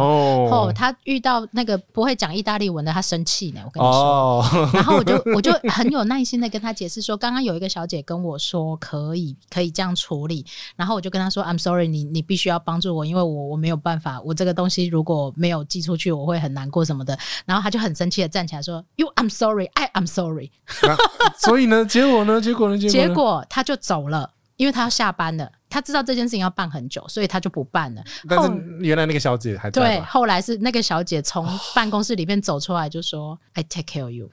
Speaker 3: 哦，
Speaker 2: no，
Speaker 3: 他遇到那个不会讲意大利文的，他生气呢。我跟你说。
Speaker 2: 哦，
Speaker 3: 然后我就我就很有耐心的跟他解释说，刚刚有一个小姐跟我说可以可以这样处理，然后我就跟她说，I'm sorry，你你必须要帮助我，因为我我没有办法，我这个东西如果没有寄出去，我会很难过什么的。然后他就很生气的站起来说，You I'm sorry，I am sorry。
Speaker 2: 所以呢，结果呢，结果呢，结
Speaker 3: 结
Speaker 2: 果呢，
Speaker 3: 果他就走了，因为他要下班了，他知道这件事情要办很久，所以他就不办了。
Speaker 2: 但
Speaker 3: 后
Speaker 2: 是原来那个小姐还在
Speaker 3: 对，
Speaker 2: 吧？
Speaker 3: 后来是那个小姐从办公室里面走出来，就说：“I take care of you。”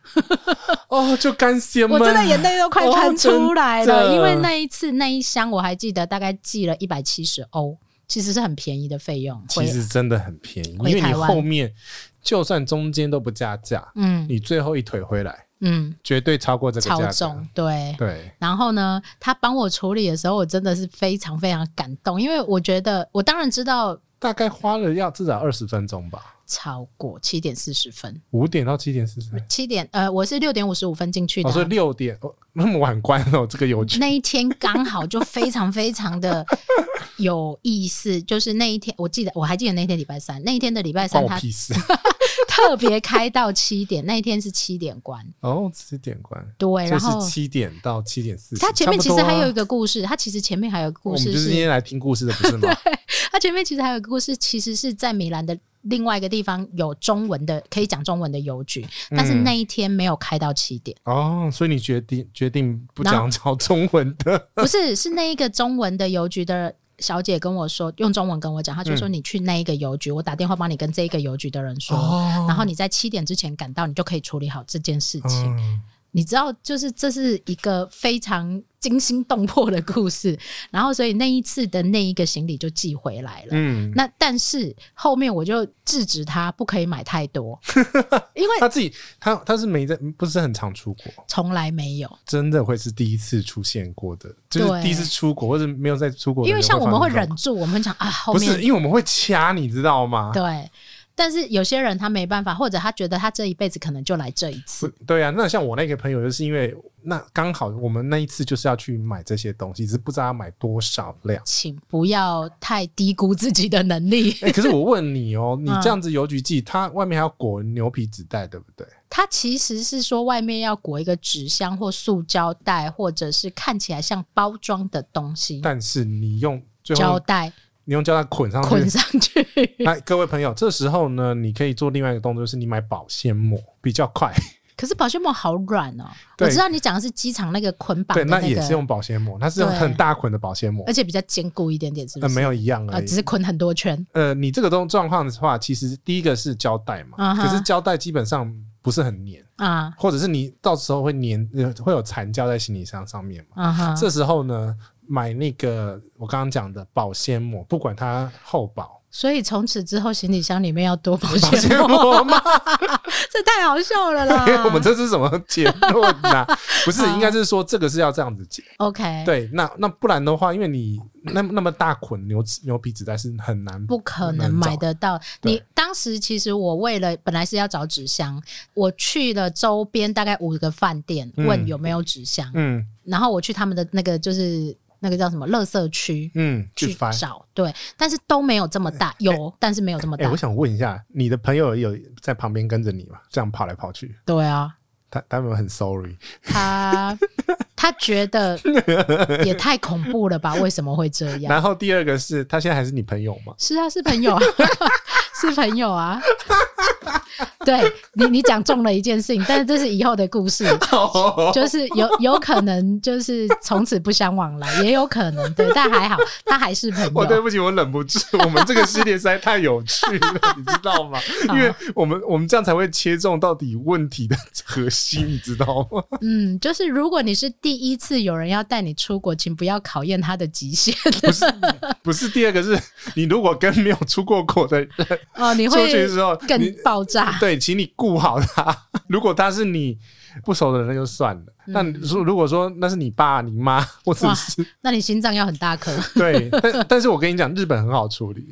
Speaker 2: 哦，就干爹们，
Speaker 3: 我真的眼泪都快喷出来了，
Speaker 2: 哦真的
Speaker 3: 因为那一次那一箱我还记得大概寄了一百七十欧，其实是很便宜的费用。
Speaker 2: 其实真的很便宜，因
Speaker 3: 回
Speaker 2: 为你
Speaker 3: 台湾
Speaker 2: 后面就算中间都不加价，
Speaker 3: 嗯
Speaker 2: 你最后一腿回来，
Speaker 3: 嗯，
Speaker 2: 绝对超过这个
Speaker 3: 超
Speaker 2: 价格
Speaker 3: 重。对。
Speaker 2: 对，
Speaker 3: 然后呢，他帮我处理的时候，我真的是非常非常感动，因为我觉得我当然知道
Speaker 2: 大概花了要至少二十分钟吧，
Speaker 3: 超过七点四十分，
Speaker 2: 五点到七点四十分。
Speaker 3: 七点呃，我是六点五十五分进去的
Speaker 2: 哦，
Speaker 3: 啊、
Speaker 2: 所以六点哦，那么晚关哦，这个有趣。
Speaker 3: 那一天刚好就非常非常的有意思，就是那一天，我记得我还记得那一天礼拜三，那一天的礼拜
Speaker 2: 关
Speaker 3: 三
Speaker 2: 我
Speaker 3: 他
Speaker 2: 屁 事
Speaker 3: 特别开到七点，那一天是七点关，
Speaker 2: 哦，七点关，
Speaker 3: 对，
Speaker 2: 所
Speaker 3: 然
Speaker 2: 以
Speaker 3: 后
Speaker 2: 是七点到七点四十。
Speaker 3: 他前面
Speaker 2: 差
Speaker 3: 其
Speaker 2: 不
Speaker 3: 实
Speaker 2: 多啊
Speaker 3: 还有一个故事，他其实前面还有一个故
Speaker 2: 我们
Speaker 3: 事
Speaker 2: 就是今
Speaker 3: 是，
Speaker 2: 天来听故事的，不 是吗？
Speaker 3: 他前面其实还有一个故事，其实是在米兰的另外一个地方有中文的可以讲中文的邮局，但是
Speaker 2: 嗯
Speaker 3: 那一天没有开到七点。
Speaker 2: 哦，所以你决定决定不
Speaker 3: 然
Speaker 2: 讲教中文的，
Speaker 3: 不是，是那一个中文的邮局的小姐跟我说，用中文跟我讲，她就
Speaker 2: 嗯
Speaker 3: 说你去那一个邮局，我打电话帮你跟这一个邮局的人说，
Speaker 2: 哦
Speaker 3: 然后你在七点之前赶到，你就可以处理好这件事情。
Speaker 2: 嗯
Speaker 3: 你知道，就是这是一个非常惊心动魄的故事。 然后，所以那一次的那一个行李就寄回来了。
Speaker 2: 嗯，
Speaker 3: 那但是后面我就制止他不可以买太 多，因为
Speaker 2: 他自己他他是没在，不是很常出国，
Speaker 3: 从来没有。
Speaker 2: 真的会是第一次出现过的，就是
Speaker 3: 对
Speaker 2: 第一次出国或者没有在出国的
Speaker 3: 因
Speaker 2: 人
Speaker 3: 为
Speaker 2: 会
Speaker 3: 像
Speaker 2: 放这
Speaker 3: 我
Speaker 2: 种，
Speaker 3: 们会忍住，我们会讲啊，后
Speaker 2: 不
Speaker 3: 面
Speaker 2: 是因为我们会掐，你知道吗？
Speaker 3: 对，但是有些人他没办法，或者他觉得他这一辈子可能就来这一
Speaker 2: 不
Speaker 3: 次。
Speaker 2: 对啊，那像我那个朋友，就是因为那刚好我们那一次就是要去买这些东西，只是不知道要买多少 量。
Speaker 3: 请不要太低估自己的能力。
Speaker 2: 哎、可是我问你哦、你
Speaker 3: 嗯
Speaker 2: 这样子邮局寄，它外面还要裹牛皮纸袋，对不对？
Speaker 3: 他其实是说外面要裹一个纸箱或塑胶袋，或者是看起来像包装的东西，
Speaker 2: 但是你用最
Speaker 3: 胶
Speaker 2: 后
Speaker 3: 带
Speaker 2: 你用胶带捆上
Speaker 3: 捆
Speaker 2: 去。
Speaker 3: 上去。
Speaker 2: 那各位朋友，这时候呢，你可以做另外一个动作，就是你买保鲜膜比较快。
Speaker 3: 可是保鲜膜好软哦，我
Speaker 2: 对
Speaker 3: 知道你讲的是机场那个捆绑
Speaker 2: 对，
Speaker 3: 的
Speaker 2: 那也是
Speaker 3: 个，
Speaker 2: 用保鲜膜，它是用
Speaker 3: 对
Speaker 2: 很大捆的保鲜膜
Speaker 3: 而，且比较坚固一点点，是不
Speaker 2: 呃，
Speaker 3: 是？
Speaker 2: 没有一样而
Speaker 3: 呃，
Speaker 2: 已
Speaker 3: 只。是捆很多圈。
Speaker 2: 呃，你这个状状况的话，其实第一个是胶带嘛，
Speaker 3: 嗯哼
Speaker 2: 可是胶带基本上不是很粘。
Speaker 3: 啊
Speaker 2: 或者是你到时候会粘，呃会有残胶在行李箱上面嘛。
Speaker 3: 啊哈，
Speaker 2: 这时候呢，买那个我刚刚讲的保鲜膜，不管它厚薄，
Speaker 3: 所以从此之后行李箱里面要多保
Speaker 2: 保鲜
Speaker 3: 鲜膜，
Speaker 2: 膜吗？
Speaker 3: 这太好笑了啦！
Speaker 2: 我们这是什么结论 呐、不是，
Speaker 3: 好
Speaker 2: 应该是说这个是要这样子解。
Speaker 3: 哎 OK，
Speaker 2: 对，那那不然的话，因为你那那么大捆牛牛皮纸袋是很难
Speaker 3: 不可能买得到。
Speaker 2: 对
Speaker 3: 你当时其实我为了本来是要找纸箱，我去了周边大概五个饭店
Speaker 2: 嗯
Speaker 3: 问有没有纸箱，
Speaker 2: 嗯
Speaker 3: 然后我去他们的那个就是那个叫什么垃圾区。
Speaker 2: 嗯
Speaker 3: 去
Speaker 2: 去翻。
Speaker 3: 找对，但是都没有这么大，有但是没有这么
Speaker 2: 哎、
Speaker 3: 大
Speaker 2: 我，想问一下，你的朋友有在旁边跟着你吗？这样跑来跑去，
Speaker 3: 对啊，
Speaker 2: 他他们很 sorry。
Speaker 3: 他他觉得也太恐怖了吧？为什么 会这样？
Speaker 2: 然后第二个是他现在还是你朋友 吗？
Speaker 3: 是啊，是朋友啊，是朋友啊。 对你，你讲中了一件事情，但是这是以后的故事，
Speaker 2: 哦
Speaker 3: 就是有有可能就是从此不相往来，也有可能对，但还好他还是朋
Speaker 2: 哦我对
Speaker 3: 友。
Speaker 2: 不起，我忍不住。我们这个系列实在太有趣了， 你知道 吗？
Speaker 3: 嗯
Speaker 2: 因为我们我们这样才会切中到底问题的核心，你知道吗？
Speaker 3: 嗯，就是如果你是第一次有人要带你出国，请不要考验他的极限
Speaker 2: 不是不是，第二个是你如果跟没有出过国的人
Speaker 3: 哦，你
Speaker 2: 出去
Speaker 3: 会
Speaker 2: 的时候，你
Speaker 3: 更爆炸。
Speaker 2: 对，请你顾好他。 如果他是你不熟的人，那就算了。那如如果说那是你爸、你妈，或者
Speaker 3: 嗯哇
Speaker 2: 是
Speaker 3: 那你心脏要很大颗。
Speaker 2: 对，但但是我跟你讲，日本很好处理。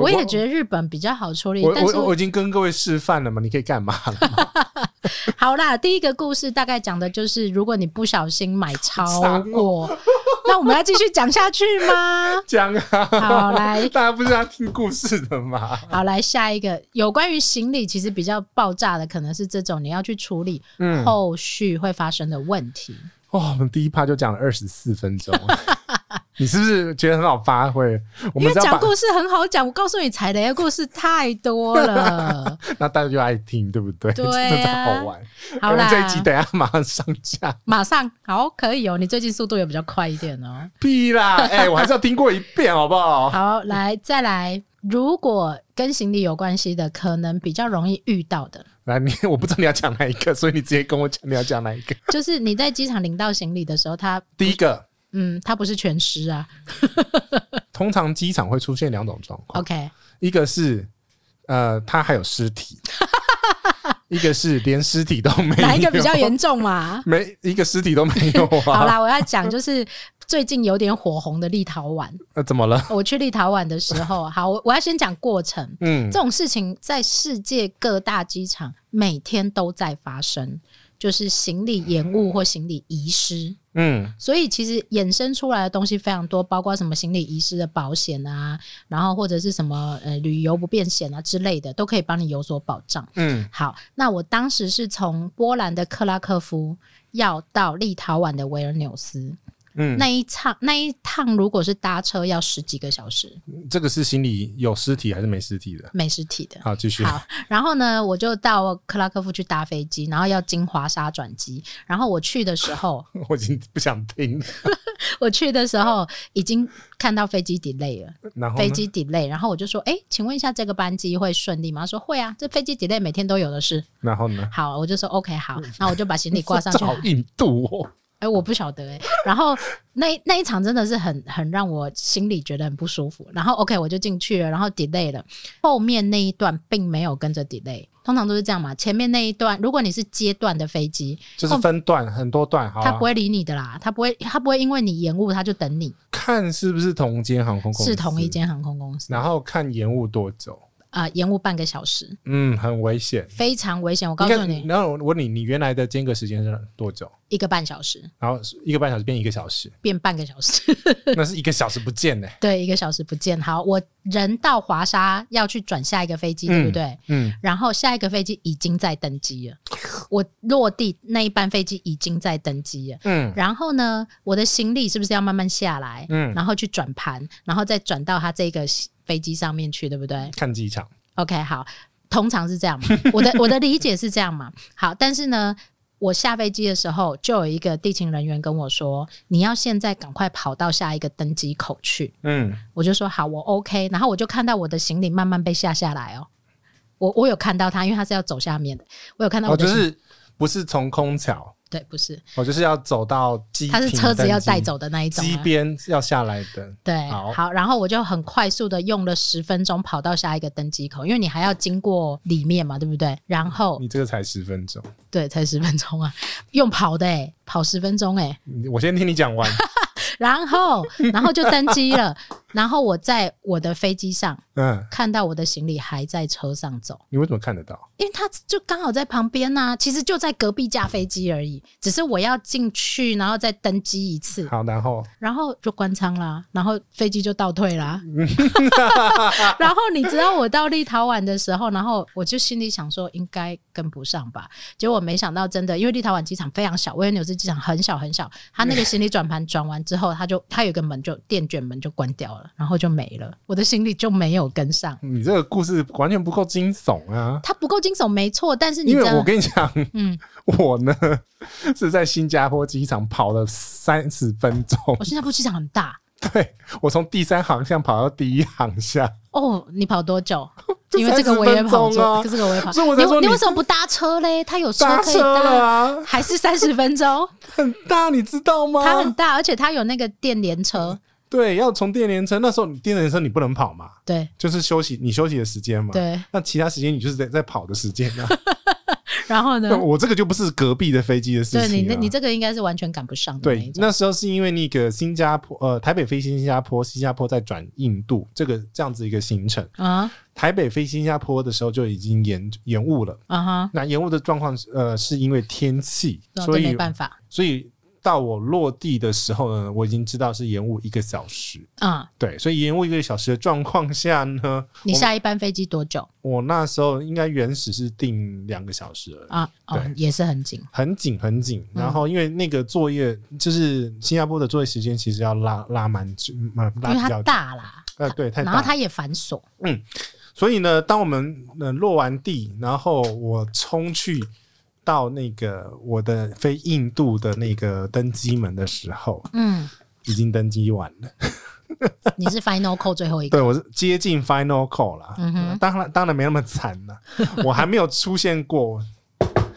Speaker 3: 我也觉得日本比较好处理
Speaker 2: 我，
Speaker 3: 但是
Speaker 2: 我我已经跟各位示范了嘛，你可以干 嘛了？
Speaker 3: 好啦，第一个故事大概讲的就是，如果你不小心买 超
Speaker 2: 长
Speaker 3: 过，那我们要继续讲下去 吗？
Speaker 2: 讲啊，
Speaker 3: 好来
Speaker 2: 大家不是要听故事的吗？
Speaker 3: 好，来下一个有关于行李，其实比较爆炸的，可能是这种你要去处理
Speaker 2: 嗯，
Speaker 3: 后续会发生的问题。
Speaker 2: 哇，我们第一趴就讲了二十四分 钟，你是不是觉得很好发挥？我们
Speaker 3: 因为
Speaker 2: 只要
Speaker 3: 讲
Speaker 2: 把
Speaker 3: 故事很好讲，我告诉你，踩雷的故事太多 了。
Speaker 2: 那大家就爱听，对不对？
Speaker 3: 对
Speaker 2: 真的
Speaker 3: 啊
Speaker 2: 好玩。
Speaker 3: 好
Speaker 2: 我们
Speaker 3: 啦，
Speaker 2: 这一集等一下马上上架，
Speaker 3: 马上好，可以哦。你最近速度也比较快一点哦。
Speaker 2: 屁啦！ 哎、我还是要听过一遍，好不好？
Speaker 3: 好，来再来，如果跟行李有关系的，可能比较容易遇到的，
Speaker 2: 来，你 我不知道你要讲哪一个， 所以你直接跟我讲你要讲哪一个。
Speaker 3: 就是你在机场领到行李的时候，它
Speaker 2: 第一个，
Speaker 3: 嗯，它不是全湿啊。
Speaker 2: 通常机场会出现两种状况，
Speaker 3: OK，
Speaker 2: 一个是呃，它还有尸 体，一个是连尸体都没有。 ？
Speaker 3: 哪一个比较严重嘛
Speaker 2: 没一个尸体都没有啊。
Speaker 3: 好啦，我要讲就是最近有点火红的立陶宛。
Speaker 2: 那、怎么了？
Speaker 3: 我去立陶宛的时候，好，我我要先讲过程。
Speaker 2: 嗯
Speaker 3: 这，种事情在世界各大机场每天都在发生，就是行李延误或行李遗失。
Speaker 2: 嗯，
Speaker 3: 所以其实衍生出来的东西非常多，包括什么行李遗失的保险啊，然后或者是什么呃旅游不便险啊之类的，都可以帮你有所保障。
Speaker 2: 嗯，
Speaker 3: 好，那我当时是从波兰的克拉科夫要到立陶宛的维尔纽斯，
Speaker 2: 嗯，
Speaker 3: 那一趟那一趟如果是搭车要十几个小时，
Speaker 2: 这个是行李有尸体还是没尸体的？
Speaker 3: 没实体的。
Speaker 2: 好，继续。
Speaker 3: 好，然后呢，我就到克拉科夫去搭飞机，然后要经华沙转机。然后我去的时候，
Speaker 2: 我已经不想听了。
Speaker 3: 我去的时候已经看到飞机 delay 了，
Speaker 2: 然后呢
Speaker 3: 飞机 delay。然后我就说：“哎，请问一下，这个班机会顺利吗？”他说：“会啊，这飞机 delay 每天都有的是。
Speaker 2: 然后呢”？
Speaker 3: 好，我就说 OK，好，
Speaker 2: 嗯
Speaker 3: 那我就把行李挂 上
Speaker 2: 这
Speaker 3: 去。
Speaker 2: 好印度哦。
Speaker 3: 哎、我不晓得哎、然后那那一场真的是很很让我心里觉得很不舒服。然后 OK，我就进去了，然后 delay 了，后面那一段并没有跟着 delay。通常都是这样嘛，前面那一段，如果你是阶段的飞机，
Speaker 2: 就是分段，很多段，好、啊，
Speaker 3: 他不会理你的啦，他不会，他不会因为你延误他就等你，
Speaker 2: 看是不是同间航空公司，
Speaker 3: 是同一，间航空公司
Speaker 2: 然后看延误多久，
Speaker 3: 啊、呃延误半个小时，
Speaker 2: 嗯，很危险。
Speaker 3: 非常危险。我告
Speaker 2: 应
Speaker 3: 诉
Speaker 2: 该，
Speaker 3: 你，
Speaker 2: 然后我问你，你原来的间隔时间是多久？
Speaker 3: 一个半小时
Speaker 2: 然后一个半小时变一个小 时，
Speaker 3: 变半个小时，
Speaker 2: 那是一个小时不见呢、
Speaker 3: 对，一个小时不见。好，我人到华沙要去转下一个飞机，对不对？
Speaker 2: 嗯，
Speaker 3: 然后下一个飞机已经在登机了，我落地那一班飞机已经在登机了。
Speaker 2: 嗯
Speaker 3: 然后呢，我的行李是不是要慢慢下来，
Speaker 2: 嗯，
Speaker 3: 然后去转盘，然后再转到他这个飞机上面去，对不对
Speaker 2: 看机场，
Speaker 3: ？OK，好，通常是这样嘛。我的我的理解是这样嘛。好，但是呢，我下飞机的时候，就有一个地勤人员跟我说，你要现在赶快跑到下一个登机口去。
Speaker 2: 嗯，
Speaker 3: 我就说好，我 OK。然后我就看到我的行李慢慢被下下来哦，我我有看到他，因为他是要走下面的，我有看到
Speaker 2: 哦，
Speaker 3: 我的
Speaker 2: 就
Speaker 3: 行李、
Speaker 2: 是不是从空桥，
Speaker 3: 对，不是，
Speaker 2: 我就是要走到机，
Speaker 3: 他是车子要带，走的那一种、
Speaker 2: 机
Speaker 3: 啊。
Speaker 2: 边要下来的，
Speaker 3: 对，
Speaker 2: 好
Speaker 3: 然后我就很快速的用了十分钟跑到下一个登机口，因为你还要经过里面嘛，对不对？然后
Speaker 2: 你这个才十分钟，
Speaker 3: 对，才十分钟啊，用跑的、欸，跑十分钟哎、
Speaker 2: 你我先听你 讲完，
Speaker 3: 然后然后就登机了，然后我在我的飞机上
Speaker 2: 嗯，
Speaker 3: 看到我的行李还在车上走，
Speaker 2: 你为什么看得到？
Speaker 3: 因为他就刚好在旁边呐、其实就在隔壁架飞机而已，只是我要进去，然后再登机一次，
Speaker 2: 好，然后
Speaker 3: 然后就关舱啦，然后飞机就倒退 啦。然后你知道我到立陶宛的时候，然后我就心里想说应该跟不上吧，结果没想到真的，因为立陶宛机场非常小，维也纽斯机场很小很小，他那个行李转盘转完之后，他就他有一个门就电卷门就关掉了，然后就没了，我的行李就没有跟上。
Speaker 2: 你这个故事完全不够惊悚啊！
Speaker 3: 它不够惊悚，没错，但是你
Speaker 2: 因
Speaker 3: 知
Speaker 2: 为
Speaker 3: 道
Speaker 2: 我跟你讲，
Speaker 3: 嗯，
Speaker 2: 我呢是在新加坡机场跑了三十分钟，
Speaker 3: 我新加坡机场很大
Speaker 2: 对我从第三航向跑到第一航向，
Speaker 3: 哦。你跑多久？
Speaker 2: 就
Speaker 3: 因为这个我也跑
Speaker 2: 30分钟啊
Speaker 3: 过，这个我也跑。
Speaker 2: 所以我才说
Speaker 3: 你
Speaker 2: 你
Speaker 3: 为什么不搭车嘞？它有车
Speaker 2: 搭
Speaker 3: 可以
Speaker 2: 车了
Speaker 3: 搭，
Speaker 2: 啊，
Speaker 3: 还是三十分钟？
Speaker 2: 很大，你知道吗？
Speaker 3: 它很大，而且它有那个电联车。
Speaker 2: 对，要从电联车，那时候你电联车你不能跑嘛，
Speaker 3: 对
Speaker 2: 就是休息你休息的时间嘛。。
Speaker 3: 对，
Speaker 2: 那其他时间你就是在在跑的时间 啊，
Speaker 3: 然后呢
Speaker 2: 那？我这个就不是隔壁的飞机的事情、
Speaker 3: 啊对
Speaker 2: 啊。
Speaker 3: 你那你这个应该是完全赶不上的那
Speaker 2: 对
Speaker 3: 一，种。
Speaker 2: 那时候是因为那个新加坡呃台北飞新加坡，新加坡在转印度这个这样子一个行程，
Speaker 3: 啊
Speaker 2: 台北飞新加坡的时候就已经延延误了。
Speaker 3: 啊哈，
Speaker 2: 那延误的状况是呃是因为天气，
Speaker 3: 那
Speaker 2: 所
Speaker 3: 这
Speaker 2: 以
Speaker 3: 哦没办法。
Speaker 2: 所以到我落地的时候呢，我已经知道是延误一个小时。
Speaker 3: 嗯，
Speaker 2: 对，所以延误一个小时的状况下呢，
Speaker 3: 你下一班飞机多久
Speaker 2: 我那时候应该原始是定两个小时而已。
Speaker 3: 啊？哦
Speaker 2: 对，
Speaker 3: 也是很紧。
Speaker 2: 很紧很紧，
Speaker 3: 嗯
Speaker 2: 然后因为那个作业就是新加坡的作业时间，其实要拉拉蛮久，蛮
Speaker 3: 因
Speaker 2: 拉
Speaker 3: 为
Speaker 2: 比
Speaker 3: 它
Speaker 2: 较久。
Speaker 3: 大啦，
Speaker 2: 呃，对，太
Speaker 3: 然后
Speaker 2: 大。
Speaker 3: 它也繁琐，
Speaker 2: 所以呢，当我们呃落完地，然后我冲去到那个我的飞印度的那个登机门的时候，
Speaker 3: 嗯，
Speaker 2: 已经登机完了。
Speaker 3: 你是 final call 最后一个，
Speaker 2: 对我是接近 final call 啦，
Speaker 3: 嗯哼
Speaker 2: 当然当然没那么惨 啦，我还没有出现过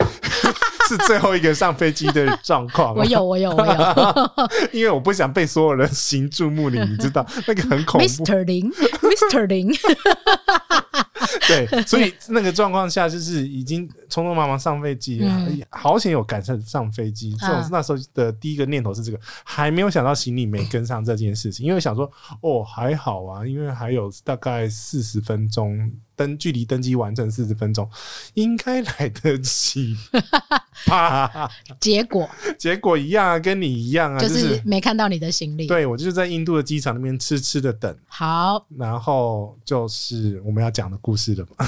Speaker 2: 是最后一个上飞机的状况。啊
Speaker 3: 我有，我有， 我有。
Speaker 2: 因为我不想被所有人 行注目礼，你知道那个很恐怖。
Speaker 3: Mr. 林，Mr. 林，
Speaker 2: 对，所以那个状况下就是已经匆匆忙忙上飞机了，
Speaker 3: 嗯
Speaker 2: 好险有赶上上飞机。这种
Speaker 3: 嗯
Speaker 2: 那时候的第一个念头是这个，还没有想到行李没跟上这件事情，因为想说哦还好啊，因为还有大概四十分钟登距离登机完成四十分钟，应该来得及 吧？
Speaker 3: 结果
Speaker 2: 结果一样啊，跟你一样啊，
Speaker 3: 就
Speaker 2: 就是
Speaker 3: 没看到你的行李。
Speaker 2: 对我就是在印度的机场那边痴痴的等。
Speaker 3: 好
Speaker 2: 然后就是我们要讲的故事了嘛，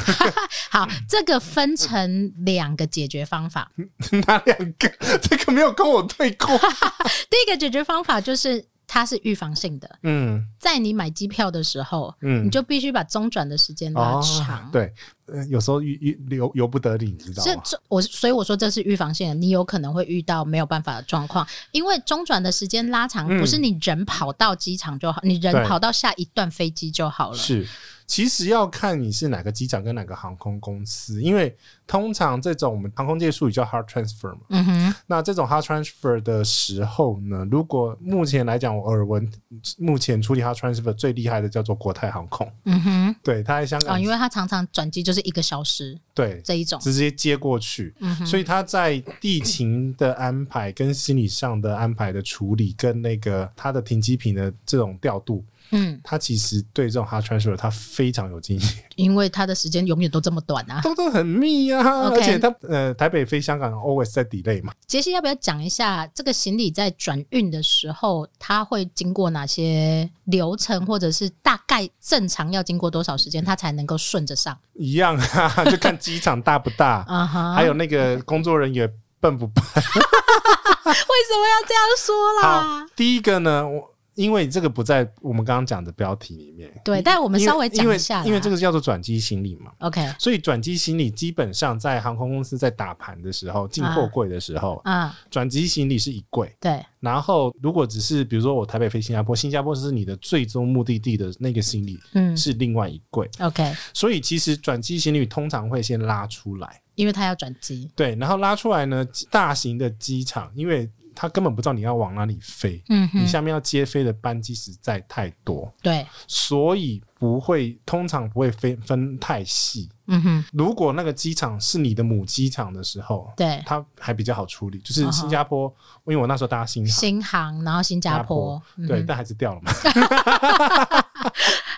Speaker 3: 好，这个分成两个解决方法。
Speaker 2: 哪两个？这个没有跟我对过。
Speaker 3: 第一个解决方法就是它是预防性的，
Speaker 2: 嗯
Speaker 3: 在你买机票的时候，
Speaker 2: 嗯，
Speaker 3: 你就必须把中转的时间拉长。
Speaker 2: 哦、对，哦呃，有时候遇遇由由不得你，你知道
Speaker 3: 这
Speaker 2: 吗？
Speaker 3: 这我所以我说这是预防性的，你有可能会遇到没有办法的状况，因为中转的时间拉长，
Speaker 2: 嗯
Speaker 3: 不是你人跑到机场就好，你人
Speaker 2: 对
Speaker 3: 跑到下一段飞机就好了。
Speaker 2: 是，其实要看你是哪个机场跟哪个航空公司，因为通常这种我们航空界术语叫 hard transfer 嘛。
Speaker 3: 嗯哼，
Speaker 2: 那这种 hard transfer 的时候呢，如果目前来讲，我耳闻目前处理 hard transfer 最厉害的叫做国泰航空，
Speaker 3: 嗯哼，
Speaker 2: 对，它在香
Speaker 3: 哦，
Speaker 2: 港，
Speaker 3: 因为它常常转机就是一个小时
Speaker 2: 对，
Speaker 3: 这一种，
Speaker 2: 直接接过去。
Speaker 3: 哦嗯哼，
Speaker 2: 所以他在地勤的安排、跟心理上的安排的处理，跟那个他的停机坪的这种调度，
Speaker 3: 嗯，
Speaker 2: 他其实对这种 hard transfer 他非常有经 验，
Speaker 3: 因为它的时间永远都这么短啊。
Speaker 2: 动作很密啊
Speaker 3: OK
Speaker 2: 而且他呃台北飞香港 always 在 delay 嘛，
Speaker 3: 杰西要不要讲一下这个行李在转运的时候，它会经过哪些流程，或者是大概正常要经过多少时间，它才能够顺着上？
Speaker 2: 一样啊， 就看机场大不大，
Speaker 3: 啊哈，
Speaker 2: 还有那个工作人员笨不 笨。
Speaker 3: 为什么要这样说
Speaker 2: 好
Speaker 3: 啦？，
Speaker 2: 第一个呢，我因为这个不在我们刚刚讲的标题里面，
Speaker 3: 对，但我
Speaker 2: 我
Speaker 3: 们稍微讲一下啦
Speaker 2: 因为，因为这个叫做转机行李嘛。
Speaker 3: OK
Speaker 2: 所以转机行李基本上在航空公司在打盘的时候，进货柜的时候，
Speaker 3: 啊，
Speaker 2: 转机行李是一柜。
Speaker 3: 对，
Speaker 2: 然后如果只是比如说我台北飞新加坡，新加坡是你的最终目的地的那个行李
Speaker 3: 嗯
Speaker 2: 是另外一柜，
Speaker 3: ，OK，
Speaker 2: 所以其实转机行李通常会先拉出来，
Speaker 3: 因为它要转机，
Speaker 2: 对，然后拉出来呢，大型的机场，因为它根本不知道你要往哪里飞。
Speaker 3: 嗯
Speaker 2: 你
Speaker 3: 哼，
Speaker 2: 下面要接飞的班机实在太多，
Speaker 3: 对，
Speaker 2: 所以不会通常不会分分太细。
Speaker 3: 嗯哼，
Speaker 2: 如果那个机场是你的母机场的时候，
Speaker 3: 对，
Speaker 2: 它还比较好处理。就
Speaker 3: 嗯
Speaker 2: 是
Speaker 3: 哼
Speaker 2: 新加坡，因为我那时候搭新航，
Speaker 3: 新航，然后新加坡，嗯
Speaker 2: 对，
Speaker 3: 哼，
Speaker 2: 但还是掉了嘛，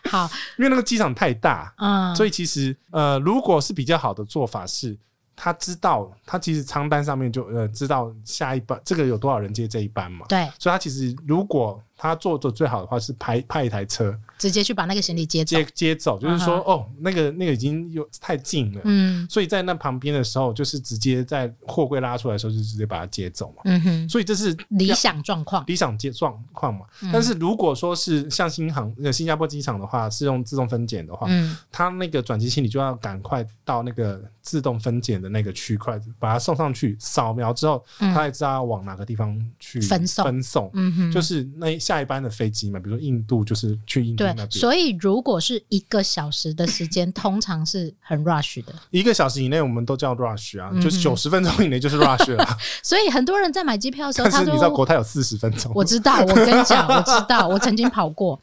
Speaker 3: 好，
Speaker 2: 因为那个机场太大，
Speaker 3: 嗯，
Speaker 2: 所
Speaker 3: 以
Speaker 2: 以其实呃，如果是比较好的做法是。他知道，他其实仓单上面就呃知道下一班这个有多少人接这一班嘛，
Speaker 3: 对，
Speaker 2: 所以他其实如果他做的最好的话是派派一台车
Speaker 3: 直接去把那个行李接走
Speaker 2: 接，接走，就是说、
Speaker 3: 哦嗯
Speaker 2: 哦那个那个已经有太近了，
Speaker 3: 嗯
Speaker 2: 所以在那旁边的时候就是直接在货柜拉出来的时候就直接把它接走嘛，
Speaker 3: 嗯哼，
Speaker 2: 所以这是
Speaker 3: 理想状况，
Speaker 2: 理想接状况嘛
Speaker 3: 嗯。
Speaker 2: 但是如果说是像新航呃新加坡机场的话，是用自动分拣的话，
Speaker 3: 嗯，
Speaker 2: 它那个转机行李就要赶快到那个自动分拣的那个区块，把它送上去，扫描之后，
Speaker 3: 嗯
Speaker 2: 它才知道要往哪个地方去
Speaker 3: 分送
Speaker 2: 分送。
Speaker 3: 嗯哼，
Speaker 2: 就是那下一班的飞机嘛，比如说印度就是去印度
Speaker 3: 对
Speaker 2: 嗯那，边，
Speaker 3: 所以如果是一个小时的时 间，通常是很 rush 的，
Speaker 2: 一个小时以内我们都叫 rush 啊，
Speaker 3: 嗯哼
Speaker 2: 就是九十分钟以内就是 rush 了啊。
Speaker 3: 所以很多人在买机票的时候，
Speaker 2: 但
Speaker 3: 他
Speaker 2: 是
Speaker 3: 就
Speaker 2: 你知道国泰有四十分钟，
Speaker 3: 我知道， 我跟你讲，我知道，我曾经跑过。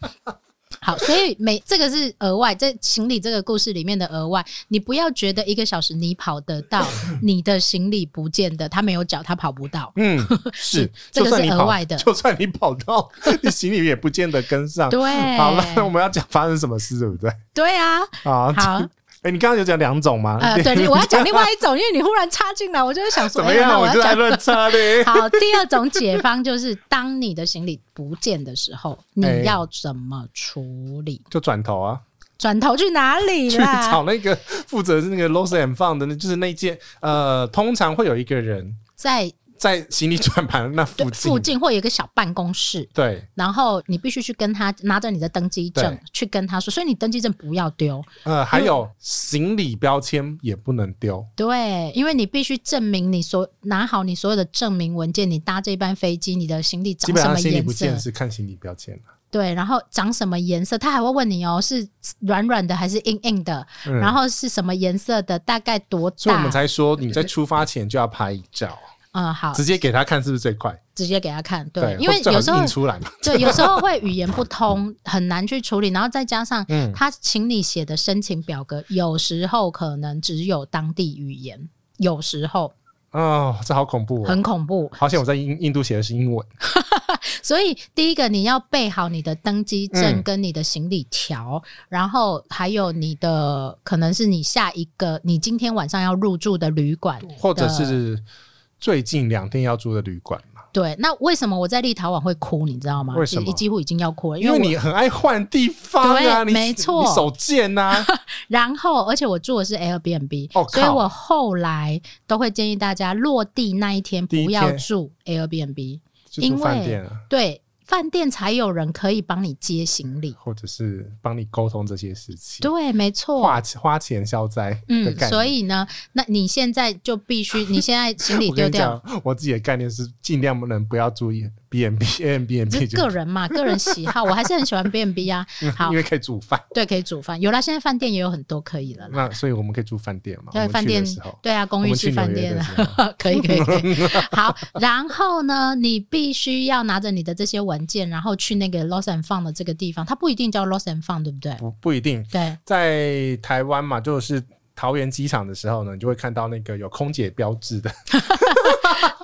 Speaker 3: 好，所以每这个是额外，在行李这个故事里面的额外，你不要觉得一个小时你跑得 到，你的行李不见得他没有脚，他跑不到。
Speaker 2: 嗯，是，就
Speaker 3: 这个是
Speaker 2: 算你
Speaker 3: 额
Speaker 2: 跑
Speaker 3: 外的
Speaker 2: 就算你跑到，你行李也不见得跟上。
Speaker 3: 对，
Speaker 2: 好了，那我们要讲发生什么事，对不对？
Speaker 3: 对啊，
Speaker 2: 啊，
Speaker 3: 好，
Speaker 2: 哎，你刚刚有讲两种吗？
Speaker 3: 呃，对，我要讲另外一种，因为你忽然插进来，我就会想 说，
Speaker 2: 怎么
Speaker 3: 哎呀
Speaker 2: 样？
Speaker 3: 那我
Speaker 2: 我
Speaker 3: 要
Speaker 2: 就
Speaker 3: 讲
Speaker 2: 在乱插 嘞。
Speaker 3: 好，第二种解方就是当你的行李不见的时候，
Speaker 2: 哎
Speaker 3: 你要怎么处理？
Speaker 2: 就转头啊，
Speaker 3: 转头去哪里
Speaker 2: 去
Speaker 3: 啦？
Speaker 2: 找那个负责那个 lost and found 的那，就是那件呃，通常会有一个人
Speaker 3: 在
Speaker 2: 在行李转盘那
Speaker 3: 对
Speaker 2: 附近，
Speaker 3: 附近会有一个小办公室，
Speaker 2: 对，
Speaker 3: 然后你必须去跟他拿着你的登机证
Speaker 2: 对
Speaker 3: 去跟他说，所以你登机证不要丢，
Speaker 2: 呃，还有行李标签也不能丢，
Speaker 3: 对，因为你必须证明你所拿好你所有的证明文件，你搭这班飞机，你的行李
Speaker 2: 基
Speaker 3: 长
Speaker 2: 本
Speaker 3: 什
Speaker 2: 上
Speaker 3: 么
Speaker 2: 行李
Speaker 3: 颜
Speaker 2: 不
Speaker 3: 色
Speaker 2: 见，是看行李标签啊了。
Speaker 3: 对，然后长什么颜色，他还会问你哦，是软软的还是硬硬的，
Speaker 2: 嗯
Speaker 3: 然后是什么颜色的，大概多大，
Speaker 2: 所以我们才说你在出发前就要拍照，啊
Speaker 3: 嗯，好，
Speaker 2: 直接给他看是不是最快？
Speaker 3: 直接给他看，对，因
Speaker 2: 或
Speaker 3: 为
Speaker 2: 最好
Speaker 3: 有
Speaker 2: 是
Speaker 3: 时候
Speaker 2: 印出来嘛。
Speaker 3: 对，有时候会语言不通， 很难去处理，然后再加上
Speaker 2: 嗯，
Speaker 3: 他请你写的申请表格，有时候可能只有当地语言，有时候
Speaker 2: 哦，这好恐怖哦！
Speaker 3: 很恐怖。
Speaker 2: 好险我在印印度写的是英文。
Speaker 3: 所以第一个你要备好你的登机证
Speaker 2: 嗯
Speaker 3: 跟你的行李条，然后还有你的可能是你下一个你今天晚上要入住的旅馆，
Speaker 2: 或者是最近两天要住的旅馆嘛，
Speaker 3: 对。那为什么我在立陶宛会哭，你知道吗？
Speaker 2: 为什么
Speaker 3: 就是几乎已经要哭了，
Speaker 2: 因
Speaker 3: 为
Speaker 2: 为
Speaker 3: 我
Speaker 2: 你很爱换地方啊，
Speaker 3: 对
Speaker 2: 你
Speaker 3: 没错
Speaker 2: 你手贱啊 呐、
Speaker 3: 然后，而且我住的是 Airbnb，、
Speaker 2: 哦靠
Speaker 3: 所以我后来都会建议大家落地那一天
Speaker 2: 第一
Speaker 3: 不
Speaker 2: 天
Speaker 3: 要住 Airbnb，
Speaker 2: 就住饭店啊，
Speaker 3: 对，饭店才有人可以帮你接行李。
Speaker 2: 或者是帮你沟通这些事情，
Speaker 3: 对，没错。
Speaker 2: 花花钱消灾的
Speaker 3: 嗯，
Speaker 2: 概念。
Speaker 3: 所以呢，那你现在就必 须，你现在行李
Speaker 2: 我跟
Speaker 3: 丢
Speaker 2: 你
Speaker 3: 掉，
Speaker 2: 讲，我自己的概念是尽量不能不要住 B N B N B N
Speaker 3: 这
Speaker 2: B，就
Speaker 3: 个人嘛， 个人喜好，我还是很喜欢 B&B 啊。好
Speaker 2: 因，为可以煮饭，
Speaker 3: 对，可以煮饭。有啦，现在饭店也有很多可以了啦。
Speaker 2: 那所以我们可以住饭店嘛。我
Speaker 3: 对，
Speaker 2: 们
Speaker 3: 饭
Speaker 2: 去
Speaker 3: 店
Speaker 2: 的时候，
Speaker 3: 对啊，公寓式饭
Speaker 2: 我
Speaker 3: 店
Speaker 2: 们去纽约的时
Speaker 3: 啊， 可以可以可以。好，然后呢，你必须要拿着你的这些文件，然后去那个 Lost and Found 的这个地方，它不一定叫 Lost and Found，对不对？
Speaker 2: 不不一定
Speaker 3: 对，
Speaker 2: 在台湾嘛，就是桃园机场的时候呢，你就会看到那个有空姐标志的，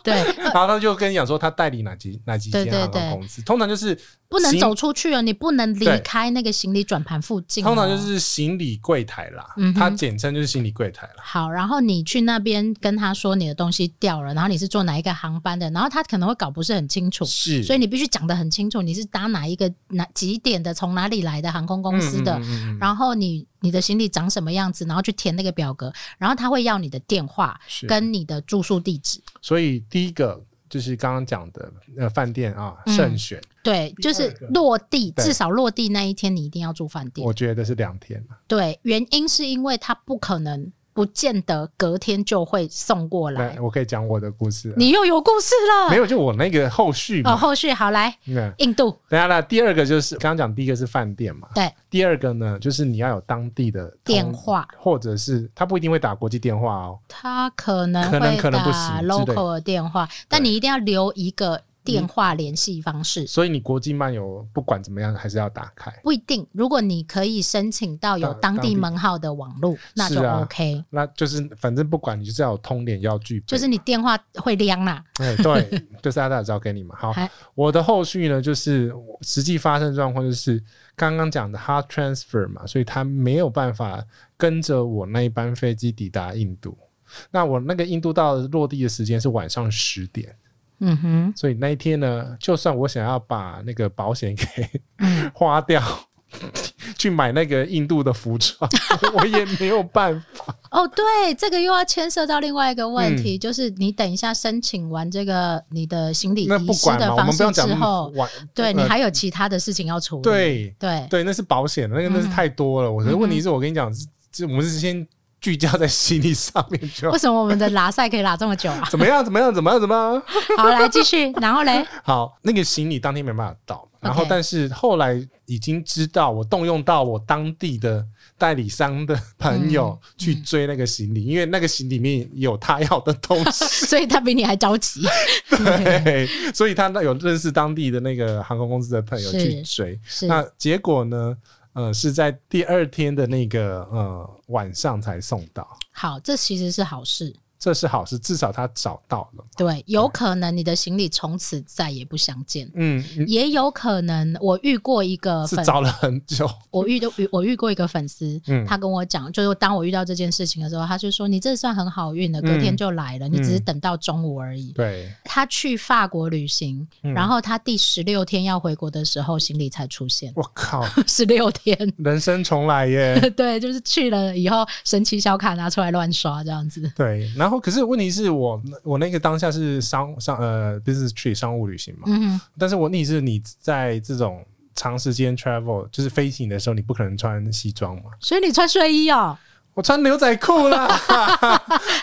Speaker 3: 对，
Speaker 2: 然后他就跟你讲说他代理哪几哪几间
Speaker 3: 对对
Speaker 2: 航空公司，通常就是
Speaker 3: 不能
Speaker 2: 行
Speaker 3: 走出去哦，你不能离
Speaker 2: 对
Speaker 3: 开那个行李转盘附近哦。
Speaker 2: 通常就是行李柜台啦
Speaker 3: 嗯，哼
Speaker 2: 它简称就是行李柜台啦。
Speaker 3: 好，然后你去那边跟他说你的东西掉了，然后你是坐哪一个航班的，然后他可能会搞不是很清楚。
Speaker 2: 是，
Speaker 3: 所以你必须讲得很清楚，你是搭哪一个哪几点的，从哪里来的航空公司的，
Speaker 2: 嗯嗯嗯嗯嗯
Speaker 3: 然后你你的行李长什么样子，然后去填那个表格，然后他会要你的电话
Speaker 2: 是
Speaker 3: 跟你的住宿地址。
Speaker 2: 所以第一个就是刚刚讲的呃饭店啊
Speaker 3: 嗯
Speaker 2: 慎选，
Speaker 3: 对，就是
Speaker 2: 第二个
Speaker 3: 落地，
Speaker 2: 对
Speaker 3: 至少落地那一天你一定要住饭店
Speaker 2: 我。觉得是两天啊
Speaker 3: 对，原因是因为他不可能，不见得隔天就会送过来
Speaker 2: 那。我可以讲我的故事了，
Speaker 3: 你又有故事
Speaker 2: 没
Speaker 3: 了。
Speaker 2: 有就我那个后续
Speaker 3: 哦，
Speaker 2: 嘛。
Speaker 3: 后续好来
Speaker 2: 那
Speaker 3: 印度，
Speaker 2: 等一下啦，第二个就是刚刚讲第一个是饭店嘛，
Speaker 3: 对，
Speaker 2: 第二个呢就是你要有当地的通
Speaker 3: 电话，
Speaker 2: 或者是他不一定会打国际电话哦，
Speaker 3: 他可能
Speaker 2: 可能
Speaker 3: 会
Speaker 2: 可能不
Speaker 3: 打
Speaker 2: 行之类的
Speaker 3: local 的电话，但你一定要留一个电话联系方式。
Speaker 2: 所以你国际漫游不管怎么样还是要打开。
Speaker 3: 不一定，如果你可以申请到有
Speaker 2: 当
Speaker 3: 当
Speaker 2: 当地
Speaker 3: 地门号的网络，那
Speaker 2: 是
Speaker 3: 就
Speaker 2: 啊
Speaker 3: OK。
Speaker 2: 那就是反正不管你就是要有通联要具备，
Speaker 3: 就是你电话会亮啊啦，
Speaker 2: 哎，对，就是阿大招给你嘛。好
Speaker 3: 还，
Speaker 2: 我的后续呢，就是我实际发生状况就是刚刚讲的 hard transfer 嘛，所以他没有办法跟着我那一班飞机抵达印度。那我那个印度到落地的时间是晚上十点，
Speaker 3: 嗯哼，
Speaker 2: 所以那一天呢，就算我想要把那个保险给
Speaker 3: 嗯，
Speaker 2: 花掉，去买那个印度的服装， 我也没有办法。
Speaker 3: 哦，对，这个又要牵涉到另外一个问
Speaker 2: 嗯
Speaker 3: 题，就是你等一下申请完这个你的行李
Speaker 2: 那
Speaker 3: 遗
Speaker 2: 不
Speaker 3: 失
Speaker 2: 管嘛，
Speaker 3: 的
Speaker 2: 我
Speaker 3: 方
Speaker 2: 们不要
Speaker 3: 式
Speaker 2: 讲
Speaker 3: 之
Speaker 2: 那么
Speaker 3: 后，
Speaker 2: 晚，
Speaker 3: 对你
Speaker 2: 呃
Speaker 3: 还有其他的事情要处理，
Speaker 2: 对。
Speaker 3: 对
Speaker 2: 对，那是保险的，那个那是
Speaker 3: 嗯
Speaker 2: 太多了。我
Speaker 3: 嗯
Speaker 2: 的
Speaker 3: 哼
Speaker 2: 问题是我跟你讲，是是我们是先聚焦在心理上面就好
Speaker 3: 为什么我们的拉塞可以拉这么久 啊？
Speaker 2: 怎么样，怎么样，怎么样，怎么样？
Speaker 3: 好，来继续，然后嘞，
Speaker 2: 好，那个行李当天没办法到，然后
Speaker 3: OK
Speaker 2: 但是后来已经知道，我动用到我当地的代理商的
Speaker 3: 嗯
Speaker 2: 朋友去追那个行李，因为那个行李里面有他要的东 西，
Speaker 3: 所以他比你还着急，
Speaker 2: 对，所以他那有认识当地的那个航空公司的朋友去
Speaker 3: 是
Speaker 2: 追，
Speaker 3: 是，
Speaker 2: 那结果呢？呃，是在第二天的那个呃晚上才送到。
Speaker 3: 好，这其实是好事，
Speaker 2: 这是好事，至少他找到了。
Speaker 3: 对，有可能你的行李从此再也不相见。
Speaker 2: 嗯，
Speaker 3: 也有可能，我遇过一个
Speaker 2: 是
Speaker 3: 粉
Speaker 2: 找了很久。
Speaker 3: 我遇到我遇过一个粉丝，
Speaker 2: 嗯
Speaker 3: 他跟我讲，就是当我遇到这件事情的时候，他就说：“你这算很好运的，隔天就来了，你只是等到中午而已。
Speaker 2: 嗯对，
Speaker 3: 他去法国旅行，
Speaker 2: 嗯
Speaker 3: 然后他第十六天要回国的时候，行李才出现。
Speaker 2: 我靠，
Speaker 3: 十六天，。
Speaker 2: 人生重来耶
Speaker 3: 对，就是去了以后，神奇小卡拿出来乱刷这样子。
Speaker 2: 对，然后可是问题是我我那个当下是商商呃 business trip 商务旅行嘛，
Speaker 3: 嗯，
Speaker 2: 但是我问题是你在这种长时间 travel 就是飞行的时候，你不可能穿西装嘛。
Speaker 3: 所以你穿睡衣哦，
Speaker 2: 我穿牛仔裤 啦，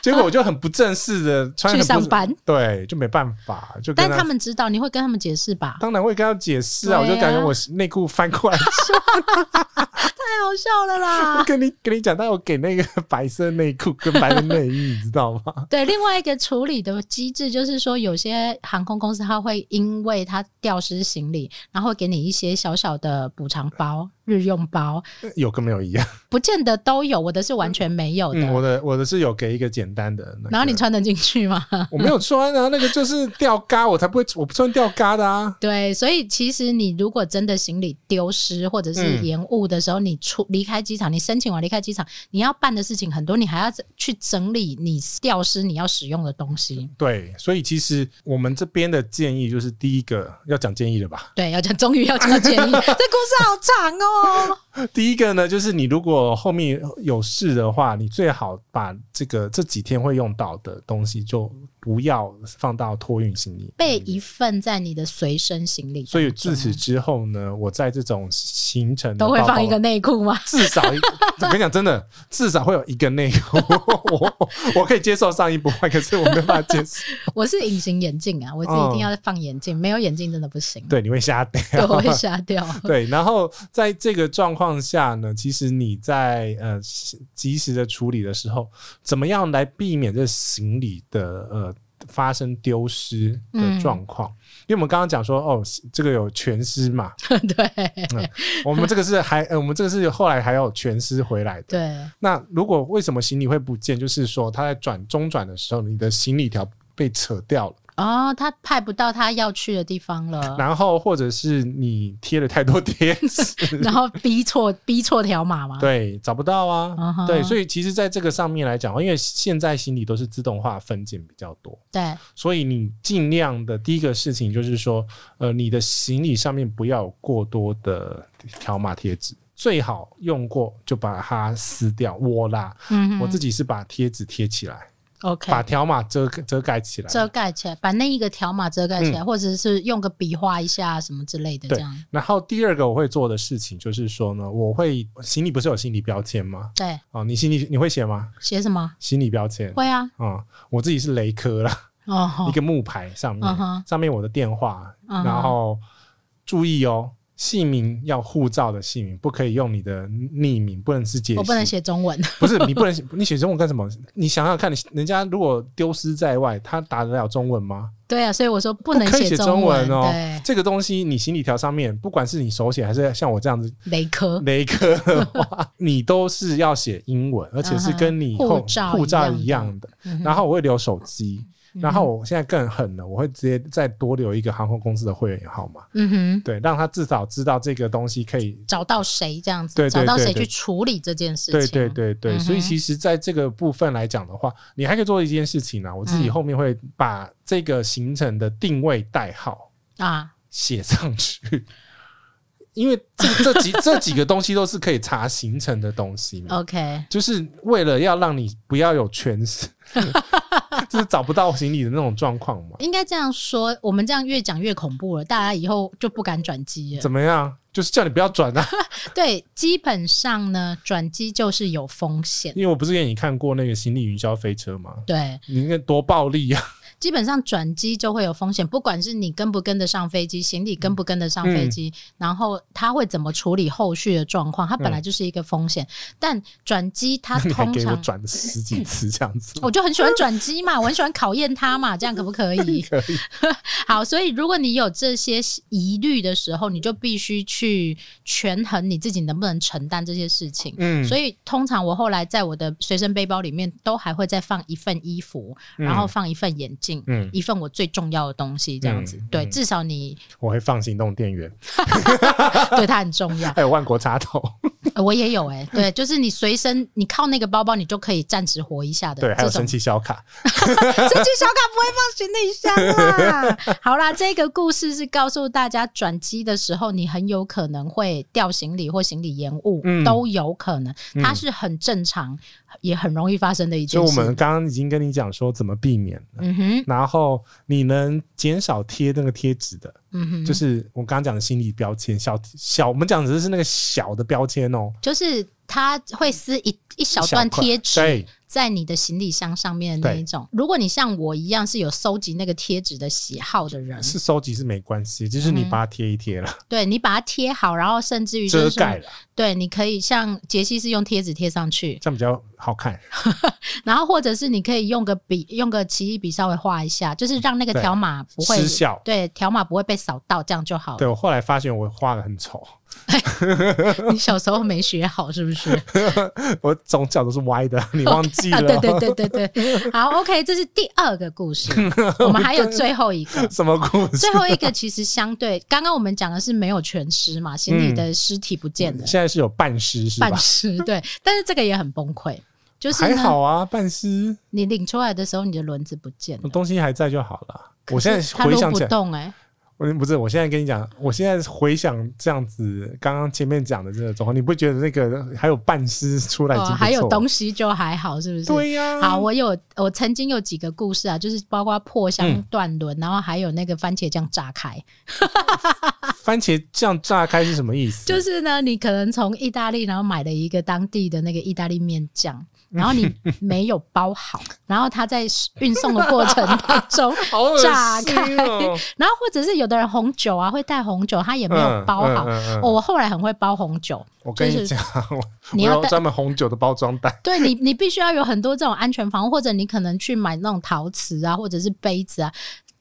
Speaker 2: 结果我就很不正式的穿
Speaker 3: 去
Speaker 2: 很不
Speaker 3: 上，班。
Speaker 2: 对，就没办法，就跟
Speaker 3: 但他们知道，你会跟他们 解释吧？
Speaker 2: 当然会跟他解释啊，
Speaker 3: 对啊
Speaker 2: 我就感觉我内裤翻过来穿，
Speaker 3: 好笑了 啦。
Speaker 2: 跟你跟你讲，他有给那个 白色内裤跟白色内衣，你知道吗？
Speaker 3: 对，另外一个处理的机制就是说，有些航空公司它会因为它掉失行李，然后给你一些小小的补偿包、日用包，
Speaker 2: 有跟没有一样。
Speaker 3: 不见得都有，我的是完全没有的。
Speaker 2: 嗯，我的我的是有给一个简单的、那个
Speaker 3: 然后你穿得进去吗？
Speaker 2: 我没有穿啊，那个就是吊嘎，我才不会，我不穿吊嘎的啊。
Speaker 3: 对，所以其实你如果真的行李丢失或者是
Speaker 2: 嗯
Speaker 3: 延误的时候，你出离开机场，你申请完离开机场，你要办的事情很多，你还要去整理你掉失你要使用的东西。
Speaker 2: 对，所以其实我们这边的建议就是第一个要讲建议了吧？
Speaker 3: 对，要讲终于要讲建议，这故事好长哦。
Speaker 2: 第一个呢，就是你如果后面有事的话，你最好把这个这几天会用到的东西就不要放到托运行李。
Speaker 3: 备一份在你的随身行李当中，
Speaker 2: 所以自此之后呢，我在这种行程的
Speaker 3: 都会
Speaker 2: 包包
Speaker 3: 放一个内裤吗？
Speaker 2: 至少一 个，我跟你讲，真的，至少会有一个内裤，我 我我可以接受上衣不换，可是我没有办法接 受，
Speaker 3: 我是隐形眼镜啊，我是一定要放眼镜，没有眼镜真的不行，
Speaker 2: 哦对，你会瞎
Speaker 3: 对，
Speaker 2: 掉，
Speaker 3: 我会瞎掉。
Speaker 2: 对，然后在这个状况下呢，其实你在呃及时的处理的时候，怎么样来避免这行李的呃发生丢失的状况？
Speaker 3: 嗯
Speaker 2: 因为我们刚刚讲说，哦，这个有全失嘛， 嗯
Speaker 3: 对
Speaker 2: 我们这个是还、呃、我们这个是后来还有全失回来的。
Speaker 3: 对，
Speaker 2: 那如果为什么行李会不见？就是说它在转中转的时候，你的行李条被扯掉了，
Speaker 3: 哦，他派不到他要去的地方了。
Speaker 2: 然后或者是你贴了太多贴纸
Speaker 3: 然后逼错逼错条码吗？
Speaker 2: 对，找不到啊。
Speaker 3: 嗯哼
Speaker 2: 对，所以其实在这个上面来讲，哦因为现在行李都是自动化分拣比较多，
Speaker 3: 对
Speaker 2: 所以你尽量的第一个事情就是说，呃，你的行李上面不要有过多的条码贴纸。最好用过就把它撕掉，我啦，
Speaker 3: 嗯，
Speaker 2: 我自己是把贴纸贴起来，
Speaker 3: OK
Speaker 2: 把条码遮遮盖起来，
Speaker 3: 遮盖起来，把那一个条码遮盖起来，或者是用个笔画一下什么之类的，
Speaker 2: 嗯
Speaker 3: 这
Speaker 2: 对
Speaker 3: 样
Speaker 2: 然后第二个我会做的事情就是说呢，我会行李不是有行李标签吗？
Speaker 3: 对
Speaker 2: 哦，你行李你会写吗？
Speaker 3: 写什么？
Speaker 2: 行李标签
Speaker 3: 会啊，
Speaker 2: 啊、嗯我自己是雷科啦，
Speaker 3: 哦
Speaker 2: 一
Speaker 3: 吼，
Speaker 2: 个木牌上面
Speaker 3: 嗯哼
Speaker 2: 上面我的电话，
Speaker 3: 嗯哼
Speaker 2: 然后注意哦，姓名要护照的姓名，不可以用你的匿名，不能是解析
Speaker 3: 我不能，写中文，
Speaker 2: 不是你不能写， 你写中文干什么？你想想看，你人家如果丢失在外，他打得了中文吗？
Speaker 3: 对啊，所以我说不
Speaker 2: 不
Speaker 3: 能
Speaker 2: 可以写
Speaker 3: 中
Speaker 2: 文哦
Speaker 3: 对，，
Speaker 2: 这个东西你行李条上面，不管是你手写还是像我这样子
Speaker 3: 雷 科，
Speaker 2: 雷克的 话，你都是要写英文，而且是跟你后
Speaker 3: 嗯哼护
Speaker 2: 护
Speaker 3: 照
Speaker 2: 照
Speaker 3: 一
Speaker 2: 一
Speaker 3: 样嗯
Speaker 2: 样的。然后我会留手机，
Speaker 3: 嗯哼
Speaker 2: 然后我现在更狠了，我会直接再多留一个航空公司的会员号码，
Speaker 3: 嗯哼，
Speaker 2: 对，让他至少知道这个东西可以。
Speaker 3: 找到谁这样子，
Speaker 2: 对对
Speaker 3: 找到谁
Speaker 2: 对
Speaker 3: 去
Speaker 2: 对
Speaker 3: 处理这件事情，
Speaker 2: 对对对对，
Speaker 3: 嗯哼
Speaker 2: 所以其实在这个部分来讲的话，你还可以做一件事情啊呢、我自己
Speaker 3: 嗯
Speaker 2: 后面会把这个行程的定位代号
Speaker 3: 啊，
Speaker 2: 写上去。因为这这几这几个东西都是可以查行程的东西嘛，
Speaker 3: 哦 OK，
Speaker 2: 就是为了要让你不要有全 失，就是找不到行李的那种状况嘛。
Speaker 3: 应该这样说，我们这样越讲越恐怖了，大家以后就不敢转机了。
Speaker 2: 怎么样？就是叫你不要转 啊，
Speaker 3: 对，基本上呢，转机就是有风险。
Speaker 2: 因为我不是给你看过那个行李云霄飞车吗？
Speaker 3: 对，
Speaker 2: 你那多暴力啊！
Speaker 3: 基本上转机就会有风险，不管是你跟不跟得上飞机，行李跟不跟得上飞机，
Speaker 2: 嗯
Speaker 3: 然后他会怎么处理后续的状况，它本来就是一个风险。但转机它
Speaker 2: 你还嗯
Speaker 3: 通
Speaker 2: 给我
Speaker 3: 常，
Speaker 2: 转了十几次这样子，
Speaker 3: 我就很喜欢转机嘛，我 很喜欢考验它嘛，这样可不可以？
Speaker 2: 可以。
Speaker 3: 好，所以如果你有这些疑虑的时候，你就必须去权衡你自己能不能承担这些事情。
Speaker 2: 嗯，
Speaker 3: 所以通常我后来在我的随身背包里面都还会再放一份衣服，
Speaker 2: 嗯
Speaker 3: 然后放一份眼镜，
Speaker 2: 嗯
Speaker 3: 一份我最重要的东西，这样子。
Speaker 2: 嗯
Speaker 3: 对，
Speaker 2: 嗯
Speaker 3: 至少 你
Speaker 2: 我会放行动电源，
Speaker 3: 对它很重要。
Speaker 2: 还有万国插 头，
Speaker 3: 呃我也有 哎、对，就是你随身，你靠那个包包，你就可以暂时活一下的。
Speaker 2: 对，还有
Speaker 3: 这种
Speaker 2: 神奇小卡。
Speaker 3: 这句小卡不会放行李 箱啊啦。好啦，这个故事是告诉大家，转机的时候你很有可能会掉行李或行李延误，
Speaker 2: 嗯
Speaker 3: 都有可能，
Speaker 2: 嗯
Speaker 3: 它是很正常，也很容易发生的一
Speaker 2: 所
Speaker 3: 件
Speaker 2: 以我
Speaker 3: 事。
Speaker 2: 们刚刚已经跟你讲说怎么避免了，
Speaker 3: 嗯哼，
Speaker 2: 然后你能减少贴那个贴纸的，
Speaker 3: 嗯哼，
Speaker 2: 就
Speaker 3: 就是
Speaker 2: 是我刚刚讲的心理标签，小小我们讲的是那个小的标签哦，
Speaker 3: 就是它会撕一一小段
Speaker 2: 块
Speaker 3: 贴纸，
Speaker 2: 对，
Speaker 3: 在你的行李箱上面的那一种。如果你像我一样是有收集那个贴纸的喜好的人，
Speaker 2: 是收集是没关系，就是你
Speaker 3: 嗯
Speaker 2: 把它贴一贴了，
Speaker 3: 对你把它贴好，然后甚至于就
Speaker 2: 遮
Speaker 3: 是说
Speaker 2: 盖了，
Speaker 3: 对，你可以像杰西是用贴纸贴上去，
Speaker 2: 这样比较好看。
Speaker 3: 然后或者是你可以用个笔，用个奇异笔稍微画一下，就是让那个
Speaker 2: 对
Speaker 3: 条码不会
Speaker 2: 失效
Speaker 3: 对，条码不会被扫到，这样就好了
Speaker 2: 对。我后来发现我画的很丑，
Speaker 3: 你小时候没学好是不是？
Speaker 2: 我总角都是歪的，你 忘记了？
Speaker 3: 啊，对对对对对。好，OK，这是第二个故事，我们还有最后一个。
Speaker 2: 什么故 事？
Speaker 3: 最后一个其实相对，刚刚我们讲的是没有全尸嘛，行李的尸体不见了，
Speaker 2: 现嗯在是有半尸是吧
Speaker 3: 半？尸对，但是这个也很崩溃，就是
Speaker 2: 还
Speaker 3: 呢
Speaker 2: 好啊，半尸
Speaker 3: 你领出来的时候，你的轮子不见了，
Speaker 2: 东西还在就好了。
Speaker 3: 可
Speaker 2: 我现在
Speaker 3: 是它
Speaker 2: 回
Speaker 3: 撸
Speaker 2: 想
Speaker 3: 不
Speaker 2: 起来，
Speaker 3: 动哎、
Speaker 2: 我不是，我现在跟你讲，我现在回想这样子，刚刚前面讲的这个状况，你不觉得那个还有半尸出来已
Speaker 3: 哦，
Speaker 2: 经不错了、
Speaker 3: 还有东西就还好，是不是？
Speaker 2: 对呀、
Speaker 3: 好，我有我曾经有几个故事啊，就是包括破箱
Speaker 2: 嗯
Speaker 3: 断轮，然后还有那个番茄酱炸开，
Speaker 2: 番茄酱炸开是什么意思？
Speaker 3: 就是呢，你可能从意大利，然后买了一个当地的那个意大利面 酱，然后你没有包好，然后它在运送的过程当中
Speaker 2: 好恶
Speaker 3: 炸
Speaker 2: 心
Speaker 3: 开，
Speaker 2: 哦
Speaker 3: 然后或者是有的人红酒啊会带红酒，他也没有包好。
Speaker 2: 嗯嗯嗯嗯
Speaker 3: 哦我后来很会包红酒，
Speaker 2: 我跟
Speaker 3: 就
Speaker 2: 你
Speaker 3: 是
Speaker 2: 讲，我
Speaker 3: 你
Speaker 2: 我
Speaker 3: 要
Speaker 2: 有
Speaker 3: 带
Speaker 2: 专门红酒的包装袋，
Speaker 3: 对 你，你必须要有很多这种安全防护，或者你可能去买那种陶瓷啊，或者是杯子啊。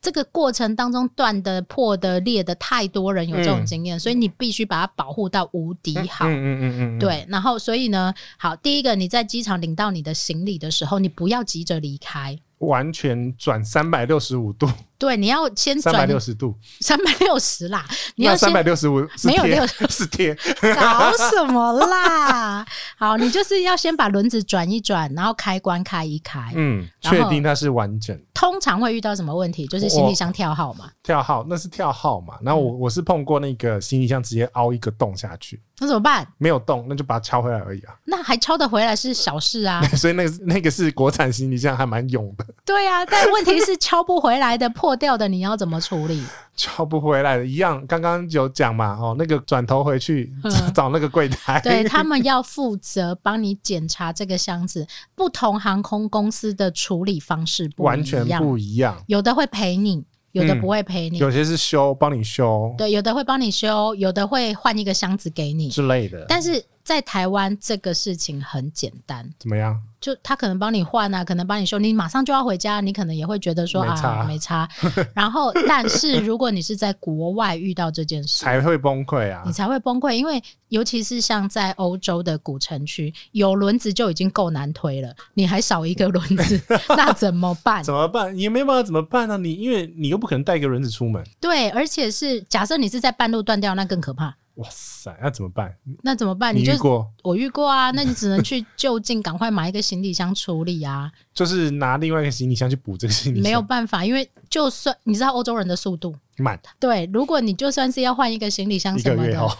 Speaker 3: 这个过程当中断的、破的、裂的，太多人有这种
Speaker 2: 嗯
Speaker 3: 经验，所以你必须把它保护到无敌好。
Speaker 2: 嗯嗯嗯嗯，嗯，
Speaker 3: 对，然后所以呢，好，第一个你在机场领到你的行李的时候，你不要急着离开，
Speaker 2: 完全转三百六十 五度，
Speaker 3: 对，你要先
Speaker 2: 三百
Speaker 3: 转
Speaker 2: 六十度，
Speaker 3: 三百六 十啦，你要
Speaker 2: 那
Speaker 3: 先
Speaker 2: 三百六十五是
Speaker 3: 没有
Speaker 2: 贴
Speaker 3: 六
Speaker 2: 是 贴，
Speaker 3: 搞什么啦？好，你就是要先把轮子转一转，然后开关开一开。
Speaker 2: 嗯，
Speaker 3: 然后
Speaker 2: 确定它是完整
Speaker 3: 通常会遇到什么问题？就是行李箱跳号嘛，
Speaker 2: 跳号，那是跳号嘛。然后
Speaker 3: 嗯
Speaker 2: 我我是碰过那个行李箱直接凹一个洞下去，
Speaker 3: 那怎么办？
Speaker 2: 没有洞，那就把它敲回来而已啊。
Speaker 3: 那还敲得回来是小事啊，
Speaker 2: 所以那个那个是国产行李箱，还蛮勇的，
Speaker 3: 对啊，但问题是敲不回来的、破掉的，你要怎么处理？
Speaker 2: 敲不回来的。一样，刚刚有讲嘛，哦，那个转头回去
Speaker 3: 嗯
Speaker 2: 找那 个柜台，
Speaker 3: 对他们要负责帮你检查这个箱子，不同航空公司的处理方式不一样
Speaker 2: 完全不一样。
Speaker 3: 有的会赔你，有的
Speaker 2: 嗯
Speaker 3: 不会赔你，
Speaker 2: 有些是修，帮你修
Speaker 3: 对，有的会帮你修，有的会换一个箱子给你。
Speaker 2: 之类的，
Speaker 3: 但是在台湾这个事情很简单，
Speaker 2: 怎么样？
Speaker 3: 就他可能帮你换啊，可能帮你修，你马上就要回家，你可能也会觉得说
Speaker 2: 没
Speaker 3: 啊
Speaker 2: 差
Speaker 3: 没差。 然后，但是如果你是在国外遇到这件事，
Speaker 2: 才会崩溃啊
Speaker 3: 你！才会崩溃，因为尤其是像在欧洲的古城区，有轮子就已经够难推了，你还少一个轮 子，那怎么办？
Speaker 2: 怎么办？也没办法，怎么办呢、啊你因为你又不可能带一个轮子出门，
Speaker 3: 对，而且是假设你是在半路断掉，那更可怕。
Speaker 2: 哇塞，那怎么办？
Speaker 3: 那怎么办？
Speaker 2: 你
Speaker 3: 啊就
Speaker 2: 遇过
Speaker 3: 我遇过啊，那你只能去就近赶快买一个行李箱处理啊，
Speaker 2: 就是拿另外一个行李箱去补这个行李箱，
Speaker 3: 没有办法，因为就算你知道欧洲人的速度，
Speaker 2: 满
Speaker 3: 对，如果你就算是要换一个行李箱
Speaker 2: 一
Speaker 3: 什
Speaker 2: 个
Speaker 3: 么
Speaker 2: 月
Speaker 3: 的
Speaker 2: 后，，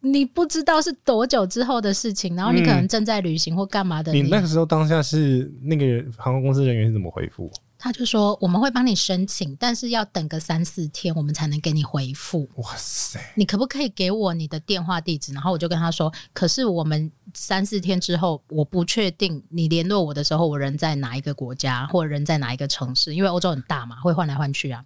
Speaker 3: 你不知道是多久之后的事情，然后你可能正在旅行或干嘛的，
Speaker 2: 嗯你那个时候当下是那个航空公司人员是怎么回复？
Speaker 3: 他就说我们会帮你申请，但是要等个三四天，我们才能给你回复。
Speaker 2: 哇塞，
Speaker 3: 你可不可以给我你的电话地址？然后我就跟他说，可是我们三四天之后，我不确定你联络我的时候，我人在哪一个国家或人在哪一个城市，因为欧洲很大嘛，会换来换去啊，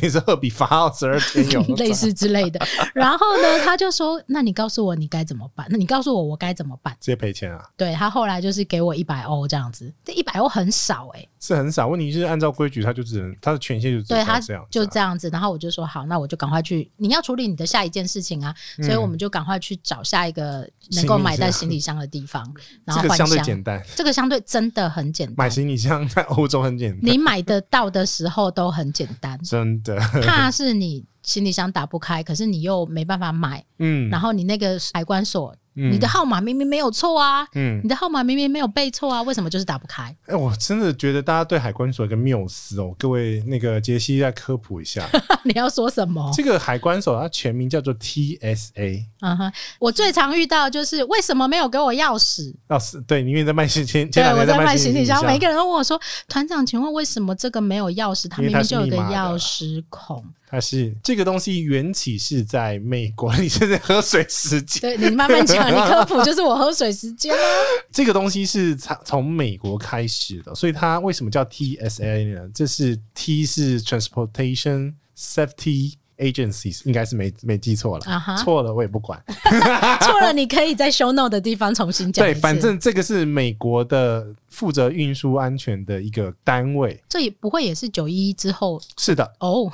Speaker 2: 你是二比发号十二天 有
Speaker 3: 类似之类的。然后呢，他就说，那你告诉我你该怎么办？那你告诉我我该怎么办？
Speaker 2: 直接赔钱啊？
Speaker 3: 对他后来就是给我一百欧这样子，这一百欧很少哎、
Speaker 2: 是很少。问题是按照规矩，他就只能他的权限就只
Speaker 3: 对
Speaker 2: 能
Speaker 3: 他
Speaker 2: 这样子啊，
Speaker 3: 就这样子，然后我就说好，那我就赶快去，你要处理你的下一件事情啊，所以我
Speaker 2: 嗯
Speaker 3: 们就赶快去找下一个能够买到行李箱的地 方，然后
Speaker 2: 这个
Speaker 3: 换
Speaker 2: 相对
Speaker 3: 箱。
Speaker 2: 简单，
Speaker 3: 这个相对真的很简
Speaker 2: 买
Speaker 3: 单，
Speaker 2: 行李箱在欧洲很简单，，
Speaker 3: 你买得到的时候都很简单
Speaker 2: 真的，
Speaker 3: 怕是你行李箱打不开，可是你又没办法买，
Speaker 2: 嗯
Speaker 3: 然后你那个海关所，
Speaker 2: 嗯
Speaker 3: 你的号码明明没有错啊，
Speaker 2: 嗯
Speaker 3: 你，的号码明明没有背错啊，为什么就是打不开？
Speaker 2: 哎、我真的觉得大家对海关所有一个缪斯哦，各位那个杰西再科普一 下，
Speaker 3: 你要说什么？
Speaker 2: 这个海关所它全名叫做 TSA，
Speaker 3: 嗯哼，我最常遇到就是为什么没有给我钥匙？
Speaker 2: 哦是，对，你因为在卖行前前
Speaker 3: 对，
Speaker 2: 两
Speaker 3: 我
Speaker 2: 天
Speaker 3: 在
Speaker 2: 卖
Speaker 3: 行
Speaker 2: 李
Speaker 3: 李箱，每
Speaker 2: 箱
Speaker 3: 一个人都问我说：“团长，请问为什么这个没有钥匙？他
Speaker 2: 因为
Speaker 3: 明
Speaker 2: 它
Speaker 3: 明
Speaker 2: 是
Speaker 3: 就有
Speaker 2: 密
Speaker 3: 个
Speaker 2: 码的
Speaker 3: 钥
Speaker 2: 啊
Speaker 3: 匙孔。”
Speaker 2: 它是这个东西缘起是在美国， 你现在喝水时间，
Speaker 3: 对你慢慢讲，你科普就是我喝水时间啊。
Speaker 2: 这个东西是从从美国开始的，所以它为什么叫 TSA 呢？这是 T 是 Transportation Safety Agencies，应该是没没记错了
Speaker 3: 啊哈
Speaker 2: 错了我也不管。
Speaker 3: 错啊了，你可以在 show note 的地方重新讲一
Speaker 2: 对，
Speaker 3: 次。
Speaker 2: 反正这个是美国的负责运输安全的一个单位。
Speaker 3: 这也不会也是九一一之后
Speaker 2: 是的，
Speaker 3: 哦。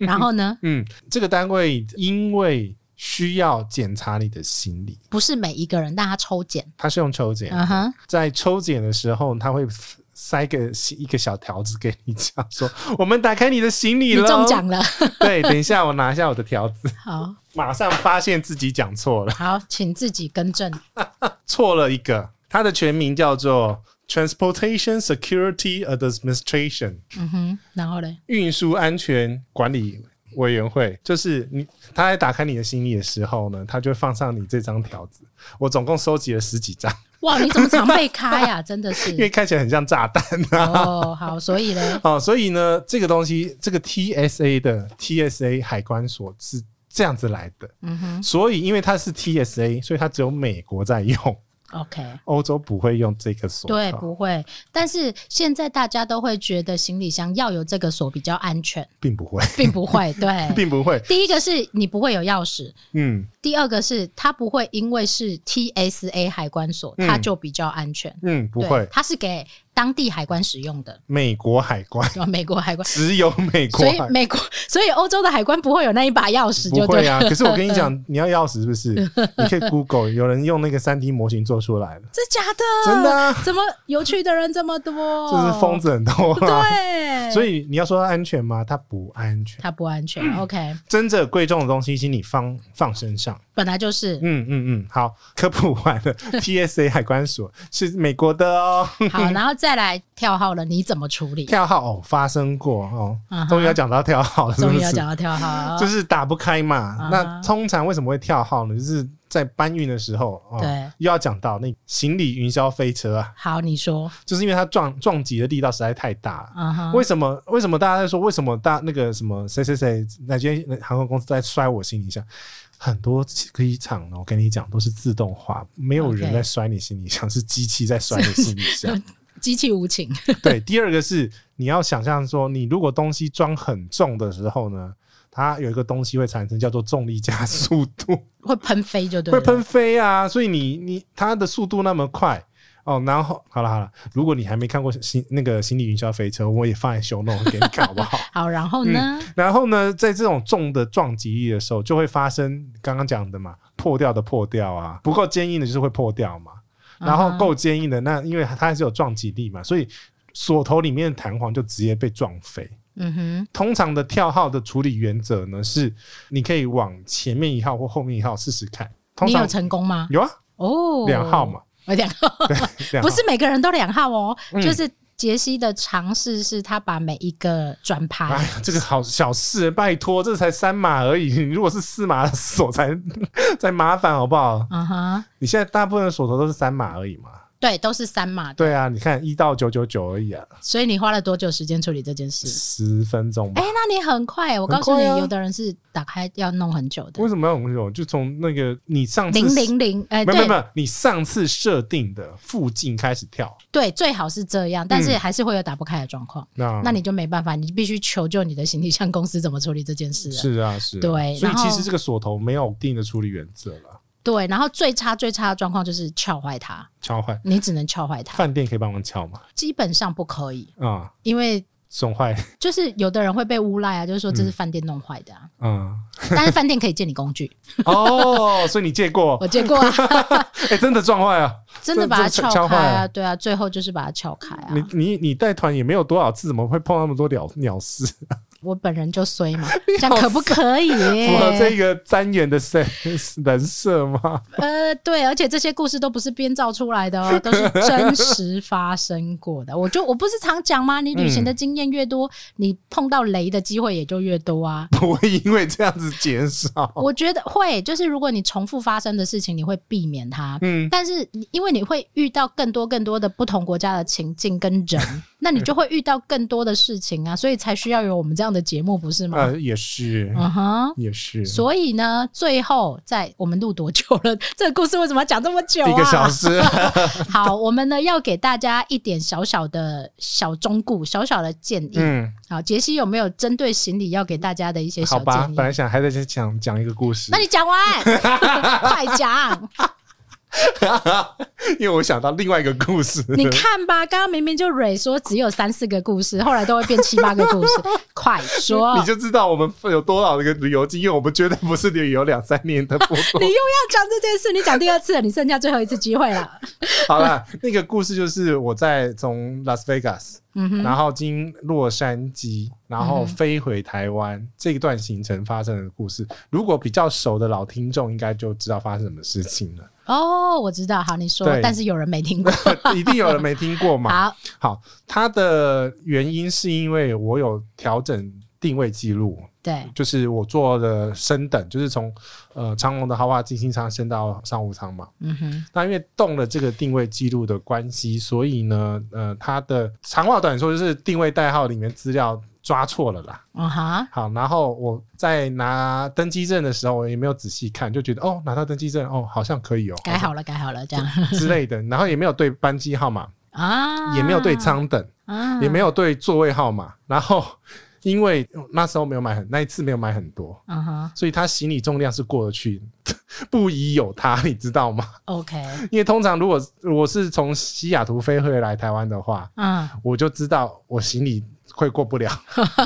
Speaker 3: 然后呢，
Speaker 2: 嗯，这个单位因为需要检查你的行李，
Speaker 3: 不是每一个人，但他抽检。
Speaker 2: 它是用抽检的，
Speaker 3: 嗯哼，
Speaker 2: 在抽检的时候，他会塞个一个小条子给你，这样说：“我们打开你的行李
Speaker 3: 你
Speaker 2: 了。”
Speaker 3: 中奖了。
Speaker 2: 对，等一下我拿一下我的条 子，
Speaker 3: 好
Speaker 2: 马上发现自己讲错了，
Speaker 3: 好，请自己更正。
Speaker 2: 错了一个。它的全名叫做 Transportation Security Administration，
Speaker 3: 嗯哼，然后嘞，
Speaker 2: 运输安全管理委员会。就是你，他在打开你的行李的时候呢，他就会放上你这张条子。我总共收集了十几张，
Speaker 3: 哇，你怎么常被开呀、真的
Speaker 2: 因为
Speaker 3: 是。
Speaker 2: 看起来很像炸弹啊。
Speaker 3: 哦，好，所以嘞，
Speaker 2: 哦，所以呢，这个东西，这个 TSA 的 TSA 海关所是这样子来的。
Speaker 3: 嗯哼
Speaker 2: 所以，因为它是 TSA，所以它只有美国在用。
Speaker 3: ，OK。
Speaker 2: 欧洲不会用这个锁，
Speaker 3: 对，不会。但是现在大家都会觉得行李箱要有这个锁比较安全，
Speaker 2: 并不会，
Speaker 3: 并不会。对，
Speaker 2: 并不会，
Speaker 3: 第一个是你不会有钥匙，
Speaker 2: 嗯
Speaker 3: 第二个是它不会因为是 TSA 海关锁，
Speaker 2: 嗯
Speaker 3: 它就比较安全。
Speaker 2: 嗯，不
Speaker 3: 对
Speaker 2: 会，
Speaker 3: 它是给当地海关使用的，
Speaker 2: 美国海关
Speaker 3: 对吧美国海关。
Speaker 2: 只有美 国
Speaker 3: 所以
Speaker 2: 海，
Speaker 3: 美国，所以欧洲的海关不会有那一把钥匙，就
Speaker 2: 不
Speaker 3: 对
Speaker 2: 会
Speaker 3: 了。
Speaker 2: 啊。可是我跟你 讲，你要钥匙是不是？你可以 Google，有人用那个三 D 模型做出来的，
Speaker 3: 这假的？
Speaker 2: 真的啊
Speaker 3: 怎么有趣的人这么 多？
Speaker 2: 就是疯。子很多啊。
Speaker 3: 哦对，
Speaker 2: 所以你要说它安全吗？它不安全。
Speaker 3: 它不安全。OK，
Speaker 2: 真正贵重的东西，请你放放身上。
Speaker 3: 本来就是。
Speaker 2: 嗯嗯嗯，好，科普完 了。TSA 海关署是美国的哦。
Speaker 3: 好，然后再来跳号了，你怎么处理？
Speaker 2: 跳号哦，发生过哦
Speaker 3: 啊哈，
Speaker 2: 终于要讲到跳号了，是
Speaker 3: 终
Speaker 2: 不
Speaker 3: 于要
Speaker 2: 是？
Speaker 3: 讲到跳号，
Speaker 2: 就是打不开嘛。
Speaker 3: 啊
Speaker 2: 那通常为什么会跳号呢？就是在搬运的时候，哦、
Speaker 3: 对，
Speaker 2: 又要讲到那行李云霄飞车啊，
Speaker 3: 好，你说，
Speaker 2: 就是因为它撞撞击的力道实在太大了。
Speaker 3: 嗯哼，
Speaker 2: 为什么？为什么大家在说为什么大那个什么谁谁谁哪间航空公司在摔我行李箱？很多机场呢，我跟你讲都是自动化，没有人
Speaker 3: OK
Speaker 2: 在摔你行李箱， 是机器在摔你行李 箱。
Speaker 3: 机器无情，
Speaker 2: 对，第二个是你要想象说，你如果东西装很重的时候呢，它有一个东西会产生叫做重力加速度，
Speaker 3: 会喷飞就 对
Speaker 2: 会
Speaker 3: 了，
Speaker 2: 喷飞啊，所以你你它的速度那么快。哦，然后好了好了，如果你还没看过行那个行李云霄飞车，我也放在修弄给你看好不好？
Speaker 3: 好，然后呢？
Speaker 2: 然后呢，在这种重的撞击力的时候，就会发生刚刚讲的嘛，破掉的破掉啊，不够坚硬的就是会破掉嘛。嗯
Speaker 3: 嗯
Speaker 2: 然后够坚硬的，那因为它还是有撞击力嘛，所以锁头里面的弹簧就直接被撞飞。
Speaker 3: 嗯哼，
Speaker 2: 通常的跳号的处理原则呢是，你可以往前面一号或后面一号试试看。通
Speaker 3: 你有
Speaker 2: 常
Speaker 3: 成功吗？
Speaker 2: 有啊，
Speaker 3: 哦，
Speaker 2: 两号嘛，
Speaker 3: 哦，两号，
Speaker 2: 两号
Speaker 3: 不是每个人都两号哦，
Speaker 2: 嗯
Speaker 3: 就是杰西的尝试是他把每一个转
Speaker 2: 哎
Speaker 3: 盘。
Speaker 2: 呀，这个好小事，拜托，这才三码而已。你如果是四码的锁才 才麻烦，好不好？
Speaker 3: 嗯哼，
Speaker 2: 你现在大部分的锁头都是三码而已嘛。
Speaker 3: 对，都是三码，
Speaker 2: 对啊，你看一到九九九而已啊，
Speaker 3: 所以你花了多久时间处理这件事？
Speaker 2: 十分钟吧
Speaker 3: 哎、。那你很快、我告诉
Speaker 2: 很
Speaker 3: 你，
Speaker 2: 快啊
Speaker 3: 有的人是打开要弄很久的
Speaker 2: 为，什么要用这种？就从那个你上次
Speaker 3: 零零零，哎，
Speaker 2: 没有没有没
Speaker 3: 对
Speaker 2: 有，你上次设定的附近开始跳。
Speaker 3: 对，最好是这样，但是
Speaker 2: 嗯
Speaker 3: 还是会有打不开的状况，
Speaker 2: 那
Speaker 3: 那你就没办法，你必须求救你的行李箱公司怎么处理这件事、啊。
Speaker 2: 是啊是啊
Speaker 3: 对
Speaker 2: 所以
Speaker 3: 然后
Speaker 2: 其实这个锁头没有定的处理原则了，
Speaker 3: 对，然后最差最差的状况就是撬坏它，
Speaker 2: 敲坏
Speaker 3: 你只能撬坏它，
Speaker 2: 饭店可以帮忙敲吗？
Speaker 3: 基本上不可以，
Speaker 2: 啊、
Speaker 3: 因为
Speaker 2: 损坏
Speaker 3: 就是有的人会被诬赖啊，就是说这是饭店弄坏的啊，
Speaker 2: 嗯
Speaker 3: 但是饭店可以借你工具，
Speaker 2: 哦，所以你借过
Speaker 3: 我借过 啊，
Speaker 2: 哎、真的撞坏啊！
Speaker 3: 真的把它撬
Speaker 2: 这这撬
Speaker 3: 开
Speaker 2: 坏啊
Speaker 3: 啊，对啊，最后就是把它撬开啊
Speaker 2: 你，你你带团也没有多少次，怎么会碰到那么多鸟鸟事？
Speaker 3: 我本人就衰 嘛，这样可不可以？
Speaker 2: 符合
Speaker 3: 哎
Speaker 2: 这个单元的 设人设吗？
Speaker 3: 呃，对，而且这些故事都不是编造出来的哦，都是真实发生过的。我就我不是常讲吗？你旅
Speaker 2: 嗯
Speaker 3: 行的经验越多，你碰到雷的机会也就越多啊。
Speaker 2: 不会因为这样子减 少。
Speaker 3: 我觉得会，就是如果你重复发生的事情，你会避免它。
Speaker 2: 嗯，
Speaker 3: 但是你因为你会遇到更多更多的不同国家的情境跟人，那你就会遇到更多的事情啊，所以才需要有我们这样的节目，不是吗？
Speaker 2: 呃，也是，
Speaker 3: 嗯哼。
Speaker 2: 也是，
Speaker 3: 所以呢，最后在我们录多久了？ 这个故事为什么要讲这么久啊？
Speaker 2: 一个小 时，
Speaker 3: 好，我们呢要给大家一点小小的小忠告，小小的建议。
Speaker 2: 嗯，
Speaker 3: 好，杰西有没有针对行李要给大家的一些
Speaker 2: 好
Speaker 3: 小
Speaker 2: 吧，
Speaker 3: 建议
Speaker 2: 本？来想还在这讲讲一个故事
Speaker 3: 那，你讲完，快讲！
Speaker 2: 因为我想到另外一个故事，
Speaker 3: 你看吧，刚刚明明就蕊说只有三四个故事，后来都会变七八个故 事，快说！
Speaker 2: 你就知道我们有多少个旅游经验，我们绝对不是旅游两三年的不
Speaker 3: 你又要讲这件事，你讲第二次了，你剩下最后一次机会了。
Speaker 2: 好啦，那个故事就是我在从拉斯维加斯，
Speaker 3: 嗯哼，
Speaker 2: 然后经洛杉矶，然后
Speaker 3: 嗯哼
Speaker 2: 飞回台湾、这一段行程发生的故事。如果比较熟的老听众，应该就知道发生什么事情 了。
Speaker 3: 哦，我知道，好，你说
Speaker 2: 对，
Speaker 3: 但是有人没听过。
Speaker 2: 一定有人没听过 嘛？
Speaker 3: 好，
Speaker 2: 好，它的原因是因为我有调整定位记录，
Speaker 3: 对，
Speaker 2: 就是我做了升等，就是从呃长隆的豪华金星舱升到商务舱嘛。
Speaker 3: 嗯哼，
Speaker 2: 那因为动了这个定位记录的关系，所以呢，呃，它的长话短说就是定位代号里面资料抓错了啦。
Speaker 3: 嗯哈，
Speaker 2: 好，然后我在拿登机证的时候，我也没有仔细看，就觉得哦，拿到登机证哦，好像可以哦，
Speaker 3: 改好了，改好了，这样
Speaker 2: 好像之类 的，然后也没有对班机号码，
Speaker 3: 啊，
Speaker 2: 也没有对舱等，
Speaker 3: 啊，
Speaker 2: 也没
Speaker 3: 有，
Speaker 2: 有对座位号码，然后 因为那时候没有买很，那一次没有买很多。
Speaker 3: 嗯哼
Speaker 2: 所以他行李重量是过得去， 不宜有他，你知道吗？
Speaker 3: ，OK，
Speaker 2: 因为通常如果我是从西雅图飞回来台湾的话，
Speaker 3: 嗯，
Speaker 2: 我就知道我行李会过 不了，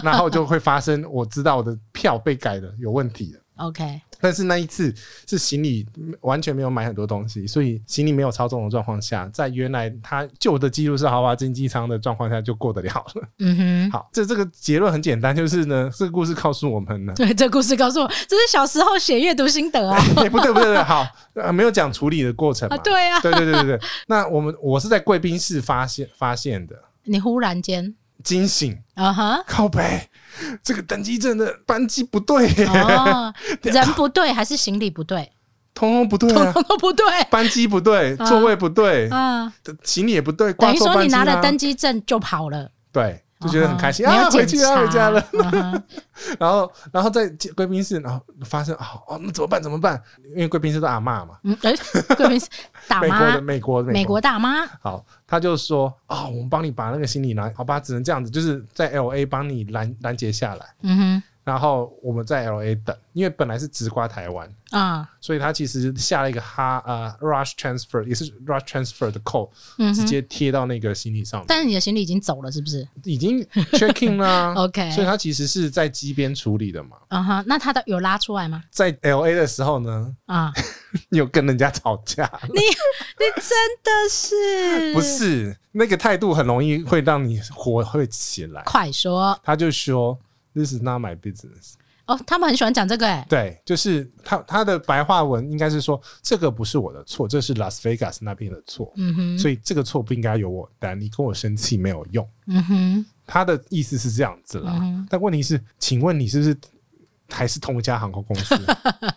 Speaker 2: 然后就会发生我知道我的票被改了有问题了。
Speaker 3: OK，
Speaker 2: 但是那一次是行李完全没有买很多东西，所以行李没有超重的状况下，在原来他旧的记录是豪华经济舱的状况下就过得了了。
Speaker 3: 嗯哼，
Speaker 2: 好，这这个结论很简单，就是呢，这个故事告诉我们呢，
Speaker 3: 对，这故事告诉我，这是小时候写阅读心 得啊，
Speaker 2: 哎、不对不对不对，好，呃，没有讲处理的过程嘛。
Speaker 3: 啊，对啊，
Speaker 2: 对对对对对，那我们我是在贵宾室发现发现的，
Speaker 3: 你忽然间，
Speaker 2: 惊醒，
Speaker 3: 啊哈，
Speaker 2: 靠北，这个登机证的班机不对耶，
Speaker 3: 哦，人不对还是行李不 对，
Speaker 2: 通通不对
Speaker 3: 通
Speaker 2: 啊
Speaker 3: 通，都哦不对
Speaker 2: 班机不对，
Speaker 3: 啊
Speaker 2: 座位不对，
Speaker 3: 啊，
Speaker 2: 行李也不对，挂
Speaker 3: 等于
Speaker 2: 错
Speaker 3: 说
Speaker 2: 班
Speaker 3: 你
Speaker 2: 机啊
Speaker 3: 拿了
Speaker 2: 啦
Speaker 3: 登，机证就跑了，
Speaker 2: 对，就觉得很开心
Speaker 3: 啊哈
Speaker 2: 啊，
Speaker 3: 没有
Speaker 2: 回
Speaker 3: 检
Speaker 2: 去啊，
Speaker 3: 查
Speaker 2: 回家了。
Speaker 3: 啊哈
Speaker 2: 然后，然后在贵宾室，然后发生哦哦，那怎么办？怎么办？因为贵宾室都阿嬷嘛，
Speaker 3: 嗯，哎， 贵宾室大
Speaker 2: 美国
Speaker 3: 妈
Speaker 2: 的，美国的
Speaker 3: 美国大妈，
Speaker 2: 好，他就说哦，我们帮你把那个行李拿，好吧，只能这样子，就是在 L A 帮你拦拦截下来，
Speaker 3: 嗯
Speaker 2: 然后我们在 L A 等，因为本来是直挂台湾。
Speaker 3: 哼，啊，
Speaker 2: 所以他其实下了一个哈呃 rush transfer，也是 rush transfer 的扣，
Speaker 3: 嗯
Speaker 2: 直
Speaker 3: 哼，
Speaker 2: 接贴到那个行李上面，
Speaker 3: 但是你的行李已经走了，是不是
Speaker 2: 已经 check in 啦、
Speaker 3: ？OK，
Speaker 2: 所以他其实是在机边处理的嘛。
Speaker 3: 嗯哼，那他的有拉出来吗？
Speaker 2: 在 L A 的时候呢，
Speaker 3: 啊，
Speaker 2: 又跟人家吵架，
Speaker 3: 你真的 是
Speaker 2: 不是那个态度很容易会让你火会起来。
Speaker 3: 快说
Speaker 2: 他就说 This is not my business。
Speaker 3: 哦，他们很喜欢讲这个哎、
Speaker 2: 对，就是他他的白话文应该是说这个不是我的错，这是 Las Vegas 那边的错，
Speaker 3: 嗯哼，
Speaker 2: 所以这个错不应该由我担，你跟我生气没有用。
Speaker 3: 嗯哼，
Speaker 2: 他的意思是这样子啦，
Speaker 3: 嗯哼
Speaker 2: 但问题是，请问你是不是还是同一家航空公司？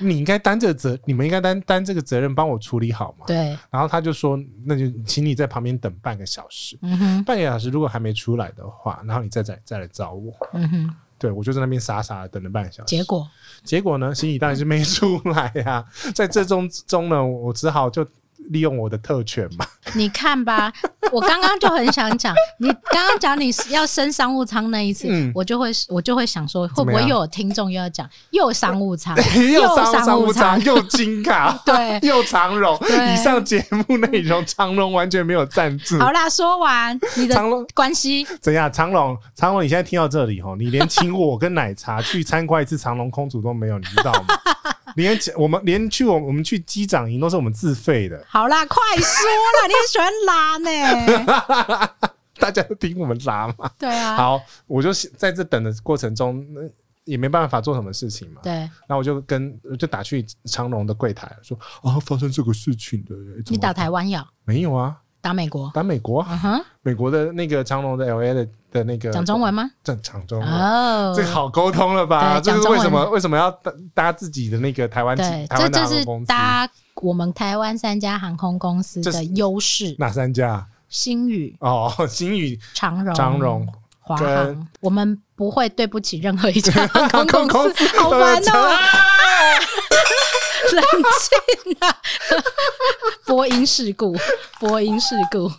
Speaker 2: 你应该担这个责，你们应该担担这个责任，帮我处理好嘛？
Speaker 3: 对，
Speaker 2: 然后他就说，那就请你在旁边等半个小时，
Speaker 3: 嗯哼，
Speaker 2: 半个小时如果还没出来的话，然后你再再再来找我。
Speaker 3: 嗯哼，
Speaker 2: 对我就在那边傻傻的等了半个小时，
Speaker 3: 结果，
Speaker 2: 结果呢，行李当然是没出来呀、 在这中中呢，我只好就利用我的特权嘛，
Speaker 3: 你看吧， 我刚刚就很想讲，你刚刚讲你要升商务舱那一次，
Speaker 2: 嗯
Speaker 3: 我就会我就会想说，会
Speaker 2: 怎
Speaker 3: 不
Speaker 2: 么
Speaker 3: 会
Speaker 2: 样
Speaker 3: 又有听众又要讲又商务舱
Speaker 2: 又
Speaker 3: 商
Speaker 2: 商
Speaker 3: 务
Speaker 2: 务
Speaker 3: 舱
Speaker 2: 舱又金卡，
Speaker 3: 对，
Speaker 2: 又长荣，
Speaker 3: 对
Speaker 2: 以上节目内容长荣完全没有赞助。
Speaker 3: 好啦，说完你的
Speaker 2: 长荣
Speaker 3: 关系，
Speaker 2: 怎样？长荣，长荣，你现在听到这里吼，你连请我跟奶茶 去参观一次长荣空主都没有，你知道吗？ 连我们连去我我们去机长营都是我们自费的，
Speaker 3: 好啦，快说 啦，你很喜欢拉呢、
Speaker 2: 大家都听我们拉嘛。
Speaker 3: 对啊，
Speaker 2: 好，我就在这等的过程中，那也没办法做什么事情嘛。
Speaker 3: 对
Speaker 2: 然后我就跟就打去长荣的柜台说啊，发生这个事情的，怎么
Speaker 3: 你打台湾要
Speaker 2: 没有啊？
Speaker 3: 打美国，
Speaker 2: 打美国啊，
Speaker 3: 嗯哼，
Speaker 2: 美国的那个长荣的 L A 的的那个
Speaker 3: 讲中文吗？
Speaker 2: 正常中文，
Speaker 3: 哦，
Speaker 2: 这个好沟通了吧？
Speaker 3: 对
Speaker 2: 这
Speaker 3: 讲
Speaker 2: 是
Speaker 3: 中
Speaker 2: 为
Speaker 3: 文
Speaker 2: 什么为什么要搭搭自己的那个台湾机
Speaker 3: 对，
Speaker 2: 台
Speaker 3: 这
Speaker 2: 湾的
Speaker 3: 就
Speaker 2: 航
Speaker 3: 是
Speaker 2: 空公司？
Speaker 3: 搭我们台湾三家航空公司
Speaker 2: 这
Speaker 3: 的
Speaker 2: 是
Speaker 3: 优势。
Speaker 2: 哪三家？
Speaker 3: 新宇、
Speaker 2: 哦， 新宇
Speaker 3: 长荣、
Speaker 2: 张荣。
Speaker 3: 华
Speaker 2: 跟
Speaker 3: 航，我们不会对不起任何一 家航空
Speaker 2: 航空
Speaker 3: 公
Speaker 2: 公司
Speaker 3: 司，好
Speaker 2: 都有
Speaker 3: 烦
Speaker 2: 讲
Speaker 3: 哦！ 冷静啊！播音事故， 播音事故。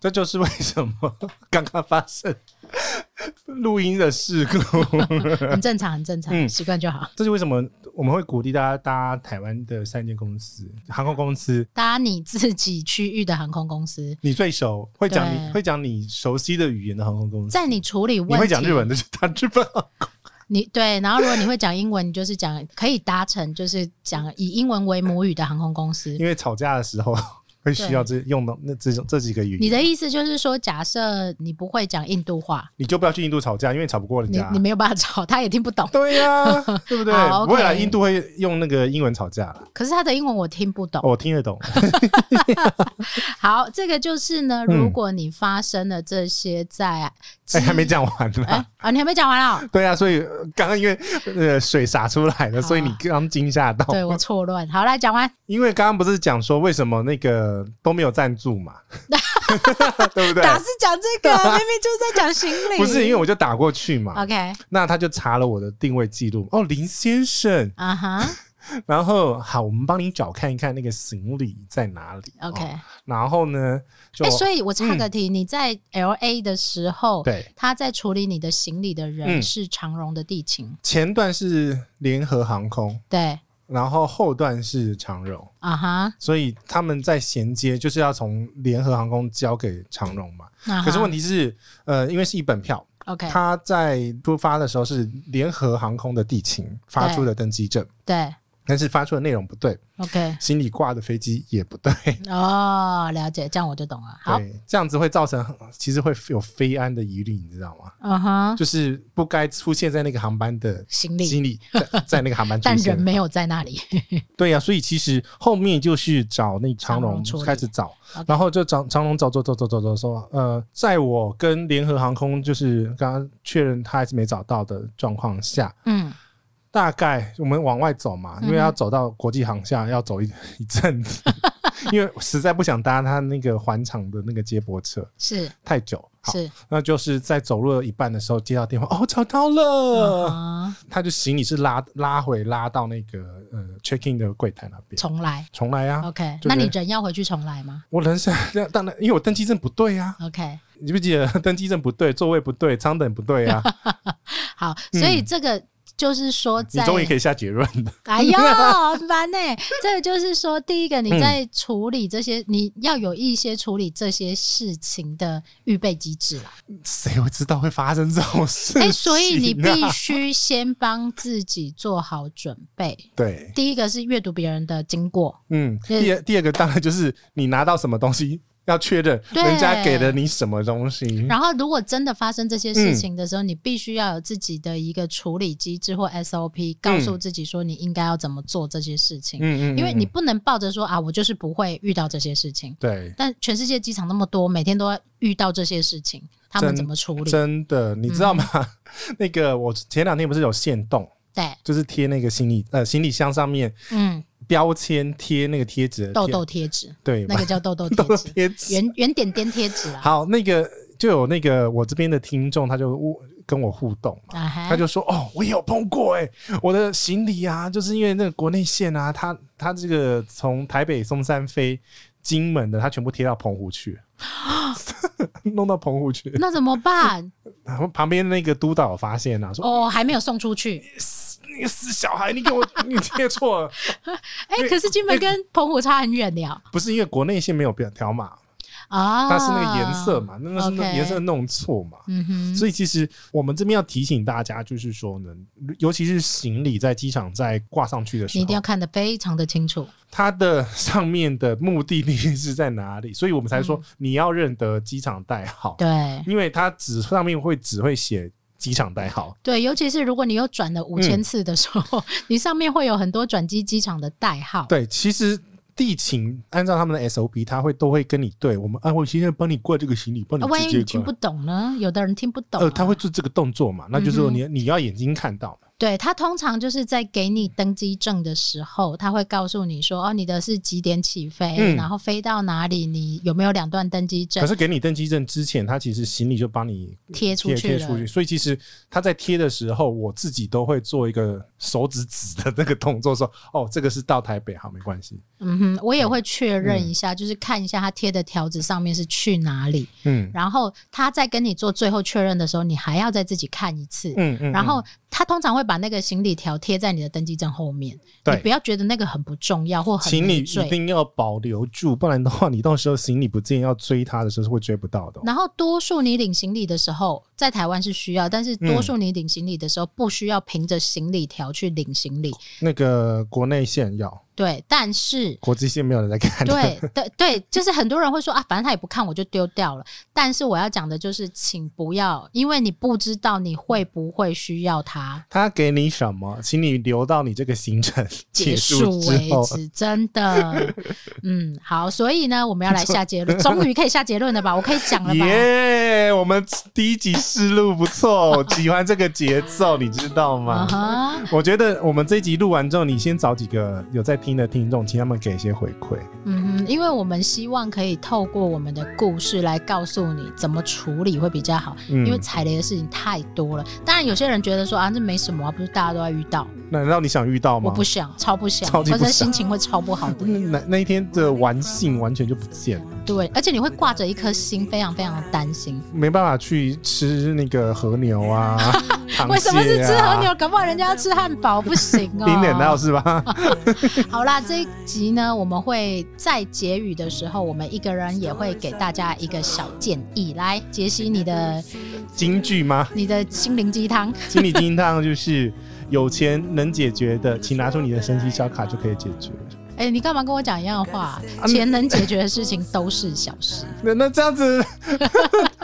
Speaker 2: 这就是为什么 刚刚发生录音的事故。
Speaker 3: 很正常，很正常，
Speaker 2: 嗯
Speaker 3: 习惯就好。
Speaker 2: 这是为什么我们会鼓励大家搭台湾的三间公司，航空公司。
Speaker 3: 搭你自己区域的航空公司，
Speaker 2: 你最熟会讲
Speaker 3: 对
Speaker 2: 你会讲你熟悉的语言的航空公司，
Speaker 3: 在你处理问题，
Speaker 2: 你会讲日文的就搭日 本航空。
Speaker 3: 你对，然后如果你会讲英文，你就是讲可以搭乘，就是讲以英文为母语的航空公司。
Speaker 2: 因为吵架的时候会需要这用到那这种这几个语
Speaker 3: 你
Speaker 2: 言，
Speaker 3: 的意思就是说，假设你不会讲印度话，
Speaker 2: 你就不要去印度吵架，因为吵不过人
Speaker 3: 你
Speaker 2: 家
Speaker 3: 你。没有办法吵，他也听不懂。
Speaker 2: 对 呀、对不对
Speaker 3: 好？，OK
Speaker 2: 未来印度会用那个英文吵架，
Speaker 3: 可是他的英文我听不懂。
Speaker 2: 哦我听得懂。
Speaker 3: 好，这个就是呢，
Speaker 2: 嗯
Speaker 3: 如果你发生了这些在，
Speaker 2: 哎，还没讲完
Speaker 3: 哎、
Speaker 2: 呢。
Speaker 3: 啊，你还没讲完啊、
Speaker 2: 对啊，所以呃刚刚因为呃水洒出来了，
Speaker 3: 好啊
Speaker 2: 所以你刚惊吓到。
Speaker 3: 对我错乱。好，来讲完。
Speaker 2: 因为刚刚不是讲说为什么那个都没有赞助 嘛，对不对？
Speaker 3: 打是讲 这个，明明就是在讲行李。
Speaker 2: 不是，因为我就打过去嘛，
Speaker 3: OK
Speaker 2: 那他就查了我的定位记录，哦，林先生，
Speaker 3: 啊哈
Speaker 2: 然后好，我们帮你找看一看那个行李在哪里。
Speaker 3: OK。
Speaker 2: 哦然后呢，就、嗯
Speaker 3: 哎、所以我插个题，你在 L A 的时候，
Speaker 2: 对，
Speaker 3: 他在处理你的行李的人
Speaker 2: 嗯
Speaker 3: 是长荣的地勤，
Speaker 2: 前段是联合航空，
Speaker 3: 对，
Speaker 2: 然后后段是长荣，
Speaker 3: 啊哈，
Speaker 2: 所以他们在衔接就是要从联合航空交给长荣嘛。
Speaker 3: 啊哈
Speaker 2: 可是问题是，呃，因为是一本票，
Speaker 3: ，OK，
Speaker 2: 他在出发的时候是联合航空的地勤发出的登机证，
Speaker 3: 对
Speaker 2: 但是发出的内容不对，
Speaker 3: ，OK，
Speaker 2: 行李挂的飞机也不对。
Speaker 3: 哦，了解，这样我就懂了。好，
Speaker 2: 对，这样子会造成很其实会有飞安的疑虑，你知道吗？
Speaker 3: 嗯哼，
Speaker 2: 就是不该出现在那个航班的
Speaker 3: 行李，
Speaker 2: 经理在在那个航班出
Speaker 3: 但人
Speaker 2: 现。
Speaker 3: 没有在那里。
Speaker 2: 对呀、所以其实后面就是找那长
Speaker 3: 长
Speaker 2: 龙
Speaker 3: 荣处理
Speaker 2: 开始找
Speaker 3: OK，
Speaker 2: 然后就长长龙找找找找找找说，呃，在我跟联合航空就是刚刚确认他还是没找到的状况下，
Speaker 3: 嗯，
Speaker 2: 大概我们往外走嘛，因为要走到国际航厦要走一一阵子， 因为实在不想搭他那个环场的那个接驳车
Speaker 3: 是
Speaker 2: 太久。好，
Speaker 3: 是，
Speaker 2: 那就是在走路了一半的时候接到电话，哦，找到
Speaker 3: 嗯
Speaker 2: 了。
Speaker 3: 哼
Speaker 2: 他就行李是拉拉回拉到那个呃 check in 的柜台那边，
Speaker 3: 重来。
Speaker 2: 重来啊！
Speaker 3: OK，
Speaker 2: 就
Speaker 3: 那
Speaker 2: 是
Speaker 3: 你人要回去重来吗
Speaker 2: 我人生 当然，因为我登机证不对啊，
Speaker 3: ？OK，
Speaker 2: 你记不记得 登机证不对，座位不对，舱等不对啊？
Speaker 3: 好，所以这个就是说
Speaker 2: 嗯你
Speaker 3: 在，
Speaker 2: 终于可以下结论了。
Speaker 3: 哎呦，很烦呢、这个就是说，第一个你在处理这些，你要有一些处理这些事情的预备机制啦。
Speaker 2: 谁会知道会发生这种事情、啊？
Speaker 3: 哎、所以你必须先帮自己做好准备。
Speaker 2: 对，
Speaker 3: 第一个是阅读别人的经过，
Speaker 2: 嗯，
Speaker 3: 嗯
Speaker 2: 第二第二个当然就是你拿到什么东西 要确认，
Speaker 3: 对
Speaker 2: 人家给了你什么东西。
Speaker 3: 然后如果真的发生这些事情的时候，
Speaker 2: 嗯
Speaker 3: 你必须要有自己的一个处理机制或
Speaker 2: 嗯
Speaker 3: SOP，告诉自己说你应该要怎么做这些事情。
Speaker 2: 嗯嗯，
Speaker 3: 因为你
Speaker 2: 嗯
Speaker 3: 不能抱着说啊，我就是不会遇到这些事情。
Speaker 2: 对，
Speaker 3: 但全世界机场那么多，每天都要遇到这些事情，他们
Speaker 2: 真
Speaker 3: 怎么处理？
Speaker 2: 真的，你知道吗？
Speaker 3: 嗯
Speaker 2: 那个我前两天不是有限动，
Speaker 3: 对，
Speaker 2: 就是贴那个行李呃行李箱上面
Speaker 3: 嗯，
Speaker 2: 标签贴那个贴纸的贴，
Speaker 3: 痘痘贴纸，
Speaker 2: 对
Speaker 3: 那个叫痘痘
Speaker 2: 痘痘贴
Speaker 3: 贴纸，
Speaker 2: 纸。
Speaker 3: 圆圆点点贴纸啊。
Speaker 2: 好，那个就有那个我这边的听众，他就互跟我互动嘛。
Speaker 3: 啊哈
Speaker 2: 他就说：“哦，我也有碰过哎、我的行李啊，就是因为那个国内线啊，他他这个从台北松山飞金门的，他全部贴到澎湖 去， 弄到澎湖去。
Speaker 3: 那怎么办？
Speaker 2: 然后旁边那个督导发现啊，说
Speaker 3: 哦，还没有送出去。：‘
Speaker 2: 那个死小孩，你给我 你贴错了，
Speaker 3: 哎、可是金门跟澎湖差很远了
Speaker 2: 不是因为国内线没有标条码，
Speaker 3: 啊。
Speaker 2: 它是那个颜色嘛，那那是那
Speaker 3: OK
Speaker 2: 颜色弄错嘛。’
Speaker 3: 嗯哼，
Speaker 2: 所以其实我们这边要提醒大家，就是说呢，尤其是行李在机场在挂上去的时
Speaker 3: 你一
Speaker 2: 候
Speaker 3: 定，要看得非常的清楚。
Speaker 2: 它的 上面的目的地是在哪里，所以我们才说你要认得机场代号，
Speaker 3: 嗯对
Speaker 2: 因为它纸上面会只会写机场代号。
Speaker 3: 对，尤其是如果你有转了五
Speaker 2: 嗯
Speaker 3: 千次的时候， 你上面会有很多转机机场的代号。
Speaker 2: 对，其实地勤按照他们的 SOP，他会都会跟你对我们啊，我现在帮你挂这个行李，帮
Speaker 3: 啊万
Speaker 2: 你
Speaker 3: 一
Speaker 2: 直
Speaker 3: 你
Speaker 2: 接呃
Speaker 3: 听
Speaker 2: 挂
Speaker 3: 不。懂呢？有的人听不懂啊、嗯
Speaker 2: 呃，他会做这个动作嘛？那就是说你、你要眼睛看到嘛，
Speaker 3: 对他通常就是在给你登机证的时候，他会告诉你说：“哦，你的是几点起飞，
Speaker 2: 嗯
Speaker 3: 然后飞到哪里，你有没有两段登机
Speaker 2: 可
Speaker 3: 证
Speaker 2: 是给你登机证之前，他其实行李就帮你
Speaker 3: 贴出
Speaker 2: 贴
Speaker 3: 去
Speaker 2: 贴
Speaker 3: 了
Speaker 2: 出去，所以其实他在贴的时候，我自己都会做一个手指指的那个动作，说：“哦，这个是到台北，好，没关系。”？”
Speaker 3: 嗯哼，我也会确认一下，就是看一下他贴的条子上面是去哪里，
Speaker 2: 嗯
Speaker 3: 然后他在跟你做最后确认的时候，你还要再自己看一次。
Speaker 2: 嗯嗯，
Speaker 3: 然
Speaker 2: 嗯
Speaker 3: 后他通常会把那个行李条贴在你的登记证后面，你
Speaker 2: 对
Speaker 3: 不要觉得那个很不重要或
Speaker 2: 嗯
Speaker 3: 很
Speaker 2: 请你
Speaker 3: 累
Speaker 2: 一
Speaker 3: 赘
Speaker 2: 定要保留住，不然的话，你到时候行李不见要追他的时候是会追不到的哦。
Speaker 3: 然后多数你领行李的时候，在台湾是需要，但是多数你领行李的时候不需要凭着行李条去领行李。
Speaker 2: 那个国内线要，
Speaker 3: 对，但是
Speaker 2: 国际线没有人在看。，
Speaker 3: 对对对，就是很多人会说啊，反正他也不看，我就丢掉了。但是我要讲的就是，请不要，因为你不知道你会不会需要它。
Speaker 2: 他给你什么，请你留到你这个行程
Speaker 3: 结
Speaker 2: 束
Speaker 3: 束
Speaker 2: 之
Speaker 3: 为
Speaker 2: 后。
Speaker 3: 止，真 的，嗯，好，所以呢，我们要来下结论，终于可以下结论了吧？我可以讲了吧？
Speaker 2: 耶我们第一集试录不错，我喜欢这个节奏，你知道吗
Speaker 3: 嗯？哼，
Speaker 2: 我觉得我们这一集录完之后，你先找几个有在听的听众，请他们给一些回馈。
Speaker 3: 嗯哼，因为我们希望可以透过我们的故事来告诉你怎么处理会比较好，
Speaker 2: 嗯
Speaker 3: 因为踩雷的事情太多了。当然，有些人觉得说啊，这没什么啊，不是大家都在遇到，
Speaker 2: 那难道你想遇到
Speaker 3: 我
Speaker 2: 吗
Speaker 3: 不？想，超不想，
Speaker 2: 超级不
Speaker 3: 或者
Speaker 2: 想
Speaker 3: 心情会超不好 的。
Speaker 2: 那那一天的玩性完全就不见了，
Speaker 3: 对，而且你会挂着一颗心，非常非常的担心。
Speaker 2: 没办法去吃那个和牛啊，螃蟹啊
Speaker 3: 为什么是吃和牛？？搞不好人家要吃汉堡，不行哦。
Speaker 2: 零点 到是吧？
Speaker 3: 好啦，这一集呢，我们会在结语的时候，我们一个人也会给大家一个小建议。来，杰西，你的
Speaker 2: 京剧吗？
Speaker 3: 你的心灵鸡汤。
Speaker 2: 心理鸡汤就是有钱能解决的，请拿出你的神奇小卡就可以解决。
Speaker 3: 哎、你干嘛跟我讲一样的话？
Speaker 2: 啊
Speaker 3: 钱能解决的事情都是小 事。
Speaker 2: 那那这样子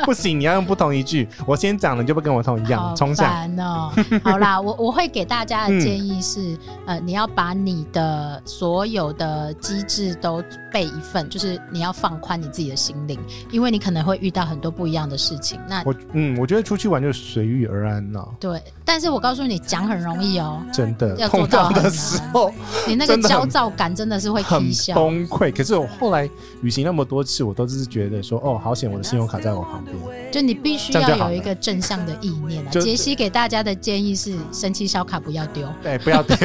Speaker 2: 不行，你要用不同一句。我先讲了，你就不跟我同一样，
Speaker 3: 好
Speaker 2: 重讲。
Speaker 3: 烦哦！好啦，我我会给大家的
Speaker 2: 嗯
Speaker 3: 建议是，呃，你要把你的所有的机制都备一份，就是你要放宽你自己的心灵，因为你可能会遇到很多不一样的事情。那
Speaker 2: 我嗯，我觉得出去玩就随遇而安了、
Speaker 3: 对，但是我告诉你，讲很容易 哦，
Speaker 2: 真的
Speaker 3: 要做
Speaker 2: 碰
Speaker 3: 到
Speaker 2: 到
Speaker 3: 很
Speaker 2: 的时候
Speaker 3: 你那个
Speaker 2: 真的很
Speaker 3: 焦躁感真的是会
Speaker 2: 很
Speaker 3: 踢笑。
Speaker 2: 崩溃。可是我后来旅行那么多次，我都是觉得说，哦，好险，我的信用卡在我旁边。
Speaker 3: 就你必须
Speaker 2: 这样就好
Speaker 3: 要
Speaker 2: 了
Speaker 3: 有一个正向的意念啊！
Speaker 2: 就
Speaker 3: 杰西给大家的建议是：神奇小卡不要丢。
Speaker 2: 对，哎不 要丢。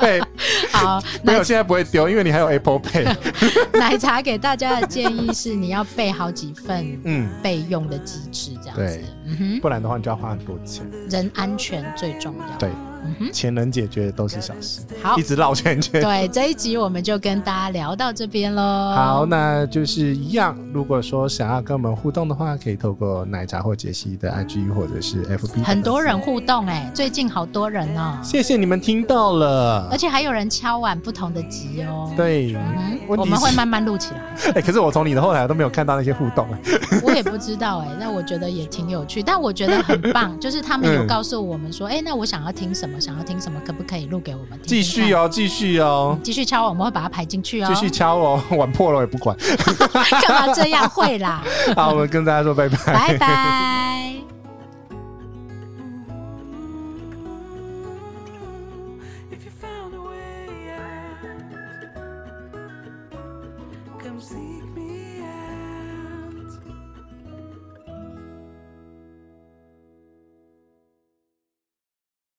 Speaker 2: 对，
Speaker 3: 好，
Speaker 2: 没
Speaker 3: 那
Speaker 2: 有，现在不会丢，因为你还有 Apple Pay。
Speaker 3: 奶茶给大家的建议是，你要备好几份
Speaker 2: 嗯，
Speaker 3: 备用的机制，这样子
Speaker 2: 对。
Speaker 3: 嗯
Speaker 2: 不然的话你就要花很多钱。
Speaker 3: 哼，人安全最重要。
Speaker 2: 对，
Speaker 3: 嗯哼，
Speaker 2: 钱能解决的都是小事，
Speaker 3: 好
Speaker 2: 一，直绕圈圈。
Speaker 3: 对这一集我们就跟大家聊到这边喽。
Speaker 2: 好，，那就是一样。如果说想要跟我们互动的话，可以透过奶茶或杰西的 IG 或者是 FB。
Speaker 3: 很多，人互动哎、最近好多人哦、
Speaker 2: 谢谢你们听到了
Speaker 3: 而。且还有人敲碗不同的集哦、。
Speaker 2: 对，
Speaker 3: 嗯，
Speaker 2: 问
Speaker 3: 我
Speaker 2: 题
Speaker 3: 们会
Speaker 2: 是
Speaker 3: 慢慢录起 来，
Speaker 2: 哎、可是我从你的后台都没有看到那些互动、哎
Speaker 3: 我也不知道哎、但我觉得也挺有趣，但我觉得很 棒，就是他们有
Speaker 2: 嗯
Speaker 3: 告诉我们说，哎、那我想要听什么，想要听什么，可不可以录给我们听？
Speaker 2: 继续，哦，继续哦，
Speaker 3: 继续敲碗，我们会把它排进去哦、
Speaker 2: 继续敲哦， 碗破了也不管。
Speaker 3: 干嘛这样会啦？
Speaker 2: 好，我们跟大家说拜拜。
Speaker 3: 拜拜。
Speaker 4: if you found a way out. Come seek me